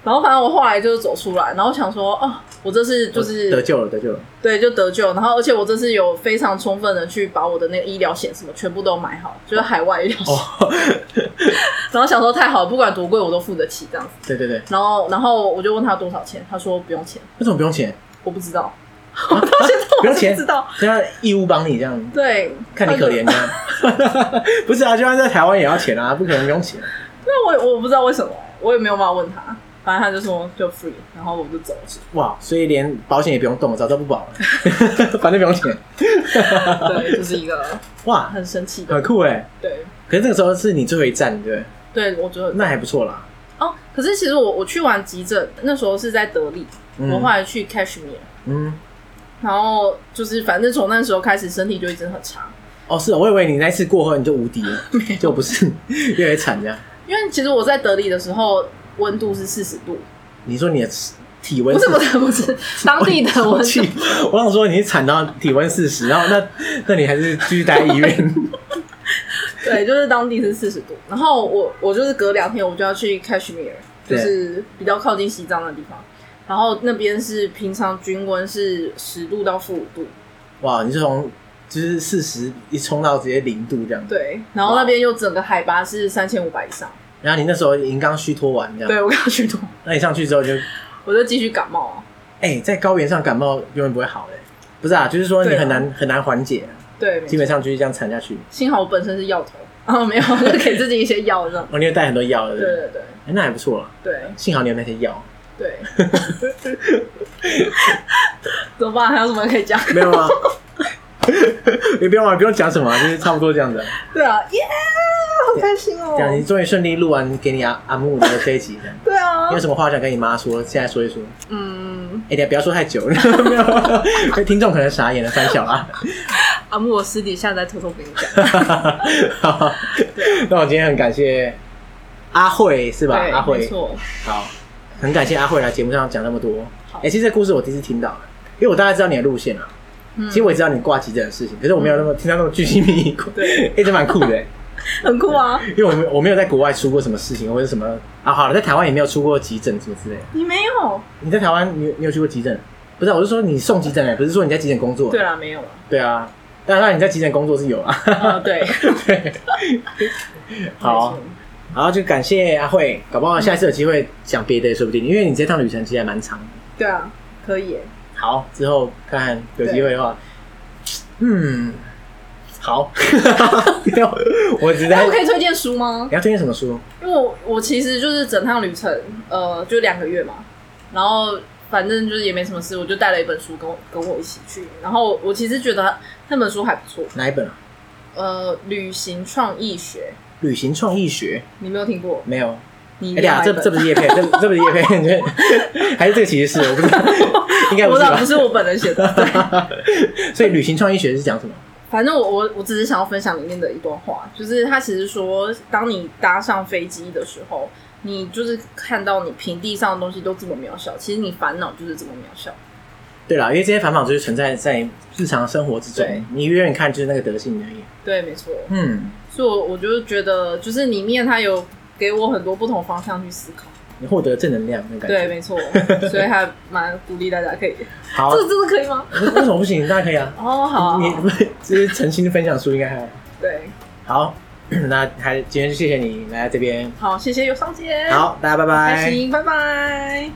Speaker 2: 然后反正我后来就是走出来，然后想说，哦，我这次就
Speaker 1: 得
Speaker 2: 是
Speaker 1: 救了，得救了。
Speaker 2: 对就得救，然后而且我这次有非常充分的去把我的那个医疗险什么全部都买好，就是海外医疗险，
Speaker 1: 哦，
Speaker 2: 然后想说太好了，不管多贵我都付得起这样子。
Speaker 1: 对对对，
Speaker 2: 然后然后我就问他多少钱，他说不用钱，
Speaker 1: 为什么不用钱？
Speaker 2: 我不知道，
Speaker 1: 啊啊不用
Speaker 2: 我
Speaker 1: 钱
Speaker 2: 不知，道。
Speaker 1: 这样义务帮你这样，
Speaker 2: 对，
Speaker 1: 看你可怜这样。 不是啊，就算在台湾也要钱啊，不可能不用钱。
Speaker 2: 那我也我不知道为什么，我也没有办法问他，反正他就说就 free，然后我就 走了。
Speaker 1: 哇，所以连保险也不用动，早知道不保了， 反正不用钱。
Speaker 2: 对，就是一个
Speaker 1: 哇，
Speaker 2: 很神 奇的，
Speaker 1: 很酷哎！
Speaker 2: 对
Speaker 1: 可是这个时候是你最后一站，对不对？
Speaker 2: 对，我觉得
Speaker 1: 那还不错啦。
Speaker 2: 哦，可是其实我我去完急诊那时候是在德里，
Speaker 1: 嗯
Speaker 2: 我后来去 Kashmir，
Speaker 1: 嗯，
Speaker 2: 然后就是反正从那时候开始身体就一直很差，
Speaker 1: 哦，是哦，我以为你那次过后你就无敌 了，就不是越来越惨这样。
Speaker 2: 因为其实我在德里的时候温度是四十度，你
Speaker 1: 你说你的体温
Speaker 2: 不是不 是不是当地的温
Speaker 1: 气
Speaker 2: 度，，
Speaker 1: 我想说你惨到体温四十，然后那那你还是继续待医院。
Speaker 2: 对，就是当地是四十度，然后我我就是隔两天我就要去 Kashmir，就
Speaker 1: 对
Speaker 2: 是比较靠近西藏的地方，然后那边是平常均温是十度到负五度，
Speaker 1: 哇，你是从就是四十一冲到直接零度这样，
Speaker 2: 对，然后那边又整个海拔是三千五百以上，
Speaker 1: 然后你那时候已经刚虚脱完这样，
Speaker 2: 对我刚去读，
Speaker 1: 那你上去之后就
Speaker 2: 我就继续感冒啊，
Speaker 1: 哎、在高原上感冒永远不会好的、不是啊，就是说你
Speaker 2: 对啊
Speaker 1: 很难、很难缓解啊、
Speaker 2: 对，没
Speaker 1: 基
Speaker 2: 错
Speaker 1: 本上就是这样缠下去。
Speaker 2: 幸好我本身是药头，啊没有，就给自己一些药这样，
Speaker 1: 哦，你有带很多药的，
Speaker 2: 对
Speaker 1: 对不对
Speaker 2: 对对
Speaker 1: 哎那还不错了，
Speaker 2: 对
Speaker 1: 幸好你有那些药。
Speaker 2: 对， 怎么办？还有什么可 以讲？
Speaker 1: 没有啊，也不用啊，不用讲什么啊、就是差不多这样子啊。
Speaker 2: 对啊，耶，好开心哦
Speaker 1: 这，样你终于顺利录完给你阿阿木的这一 集，这样。
Speaker 2: 对啊
Speaker 1: 你有，什么话想跟你妈说？现在说一说。
Speaker 2: 嗯。
Speaker 1: 哎、等下不要说太久， 没有， 被听众可能傻眼了，三小啊。
Speaker 2: 阿木，我私底下再偷偷跟你讲。
Speaker 1: 好 那我今天很感谢阿慧，是吧？
Speaker 2: 对，
Speaker 1: 阿
Speaker 2: 没
Speaker 1: 慧，
Speaker 2: 错，
Speaker 1: 好，很感谢阿慧来节目上讲那么多。
Speaker 2: 好
Speaker 1: 哎、其实这故事我第一次听到，因为我大概知道你的路线啊。
Speaker 2: 嗯
Speaker 1: 其实我也知道你挂急诊的事情，可是我没有那么、听到那么巨细靡遗过。
Speaker 2: 对
Speaker 1: 哎、这蛮酷的、
Speaker 2: 很酷啊！
Speaker 1: 因为我没我没有在国外出过什么事情，或者什么啊，好了，在台湾也没有出过急诊什么之类的。
Speaker 2: 你没有？
Speaker 1: 你在台湾，你有你有去过急诊？不是啊、我是说你送急诊哎，不是说你在急诊工作。
Speaker 2: 对啦，没有了。
Speaker 1: 对啊，当然你在急诊工作是有啊。
Speaker 2: 啊，对，
Speaker 1: 对，好
Speaker 2: 没错，
Speaker 1: 然后就感谢阿慧，搞不好下一次有机会讲别的也说不定，因为你这趟旅程其实还蛮长的。
Speaker 2: 对啊，可以耶。
Speaker 1: 好，之后看看有机会的话，嗯，好， 没有，我只在
Speaker 2: 那我可
Speaker 1: 你
Speaker 2: 以推荐书吗？
Speaker 1: 要推荐什么书？
Speaker 2: 因为我我其实就是整趟旅程，呃，就两个月嘛，然后反正就是也没什么事，我就带了一本书跟我跟我一起去。然后我其实觉得那本书还不错，
Speaker 1: 哪一本啊？
Speaker 2: 呃，旅行创意学，
Speaker 1: 旅行创意学
Speaker 2: 你没有听过？
Speaker 1: 没有？
Speaker 2: 你
Speaker 1: 哎、
Speaker 2: 一定
Speaker 1: 对
Speaker 2: 要
Speaker 1: 啊，
Speaker 2: 买
Speaker 1: 这
Speaker 2: 一
Speaker 1: 这不
Speaker 2: 本。
Speaker 1: 是叶配，这这不是叶配，这 还是这个其实是我不知 道，应该
Speaker 2: 我
Speaker 1: 不是
Speaker 2: 不知道不
Speaker 1: 吧？
Speaker 2: 是我本人写的，对
Speaker 1: 所以旅行创意学是讲什么？
Speaker 2: 反正我我我只是想要分享里面的一段话，就是他其实说，当你搭上飞机的时候，你就是看到你平地上的东西都这么渺小，其实你烦恼就是这么渺小。
Speaker 1: 对啦，因为这些烦恼就是存在在日常生活之
Speaker 2: 对
Speaker 1: 中，你远远看就是那个德性而已。
Speaker 2: 对，没错。
Speaker 1: 嗯，
Speaker 2: 所以我我就觉得，就是里面它有给我很多不同方向去思考。
Speaker 1: 你获得正能量的感
Speaker 2: 对，
Speaker 1: 觉。
Speaker 2: 没错，所以还蛮鼓励大家可 以。
Speaker 1: 好，
Speaker 2: 这这是可以吗？
Speaker 1: 为为什么不行？当然可以啊。
Speaker 2: 哦，好啊，
Speaker 1: 你不是就是诚心分享书，应该还好。
Speaker 2: 对，
Speaker 1: 好，那还今天就谢谢你来这边。
Speaker 2: 好，谢谢有上街，，
Speaker 1: 好，大家拜
Speaker 2: 开
Speaker 1: 拜。
Speaker 2: 心，拜拜。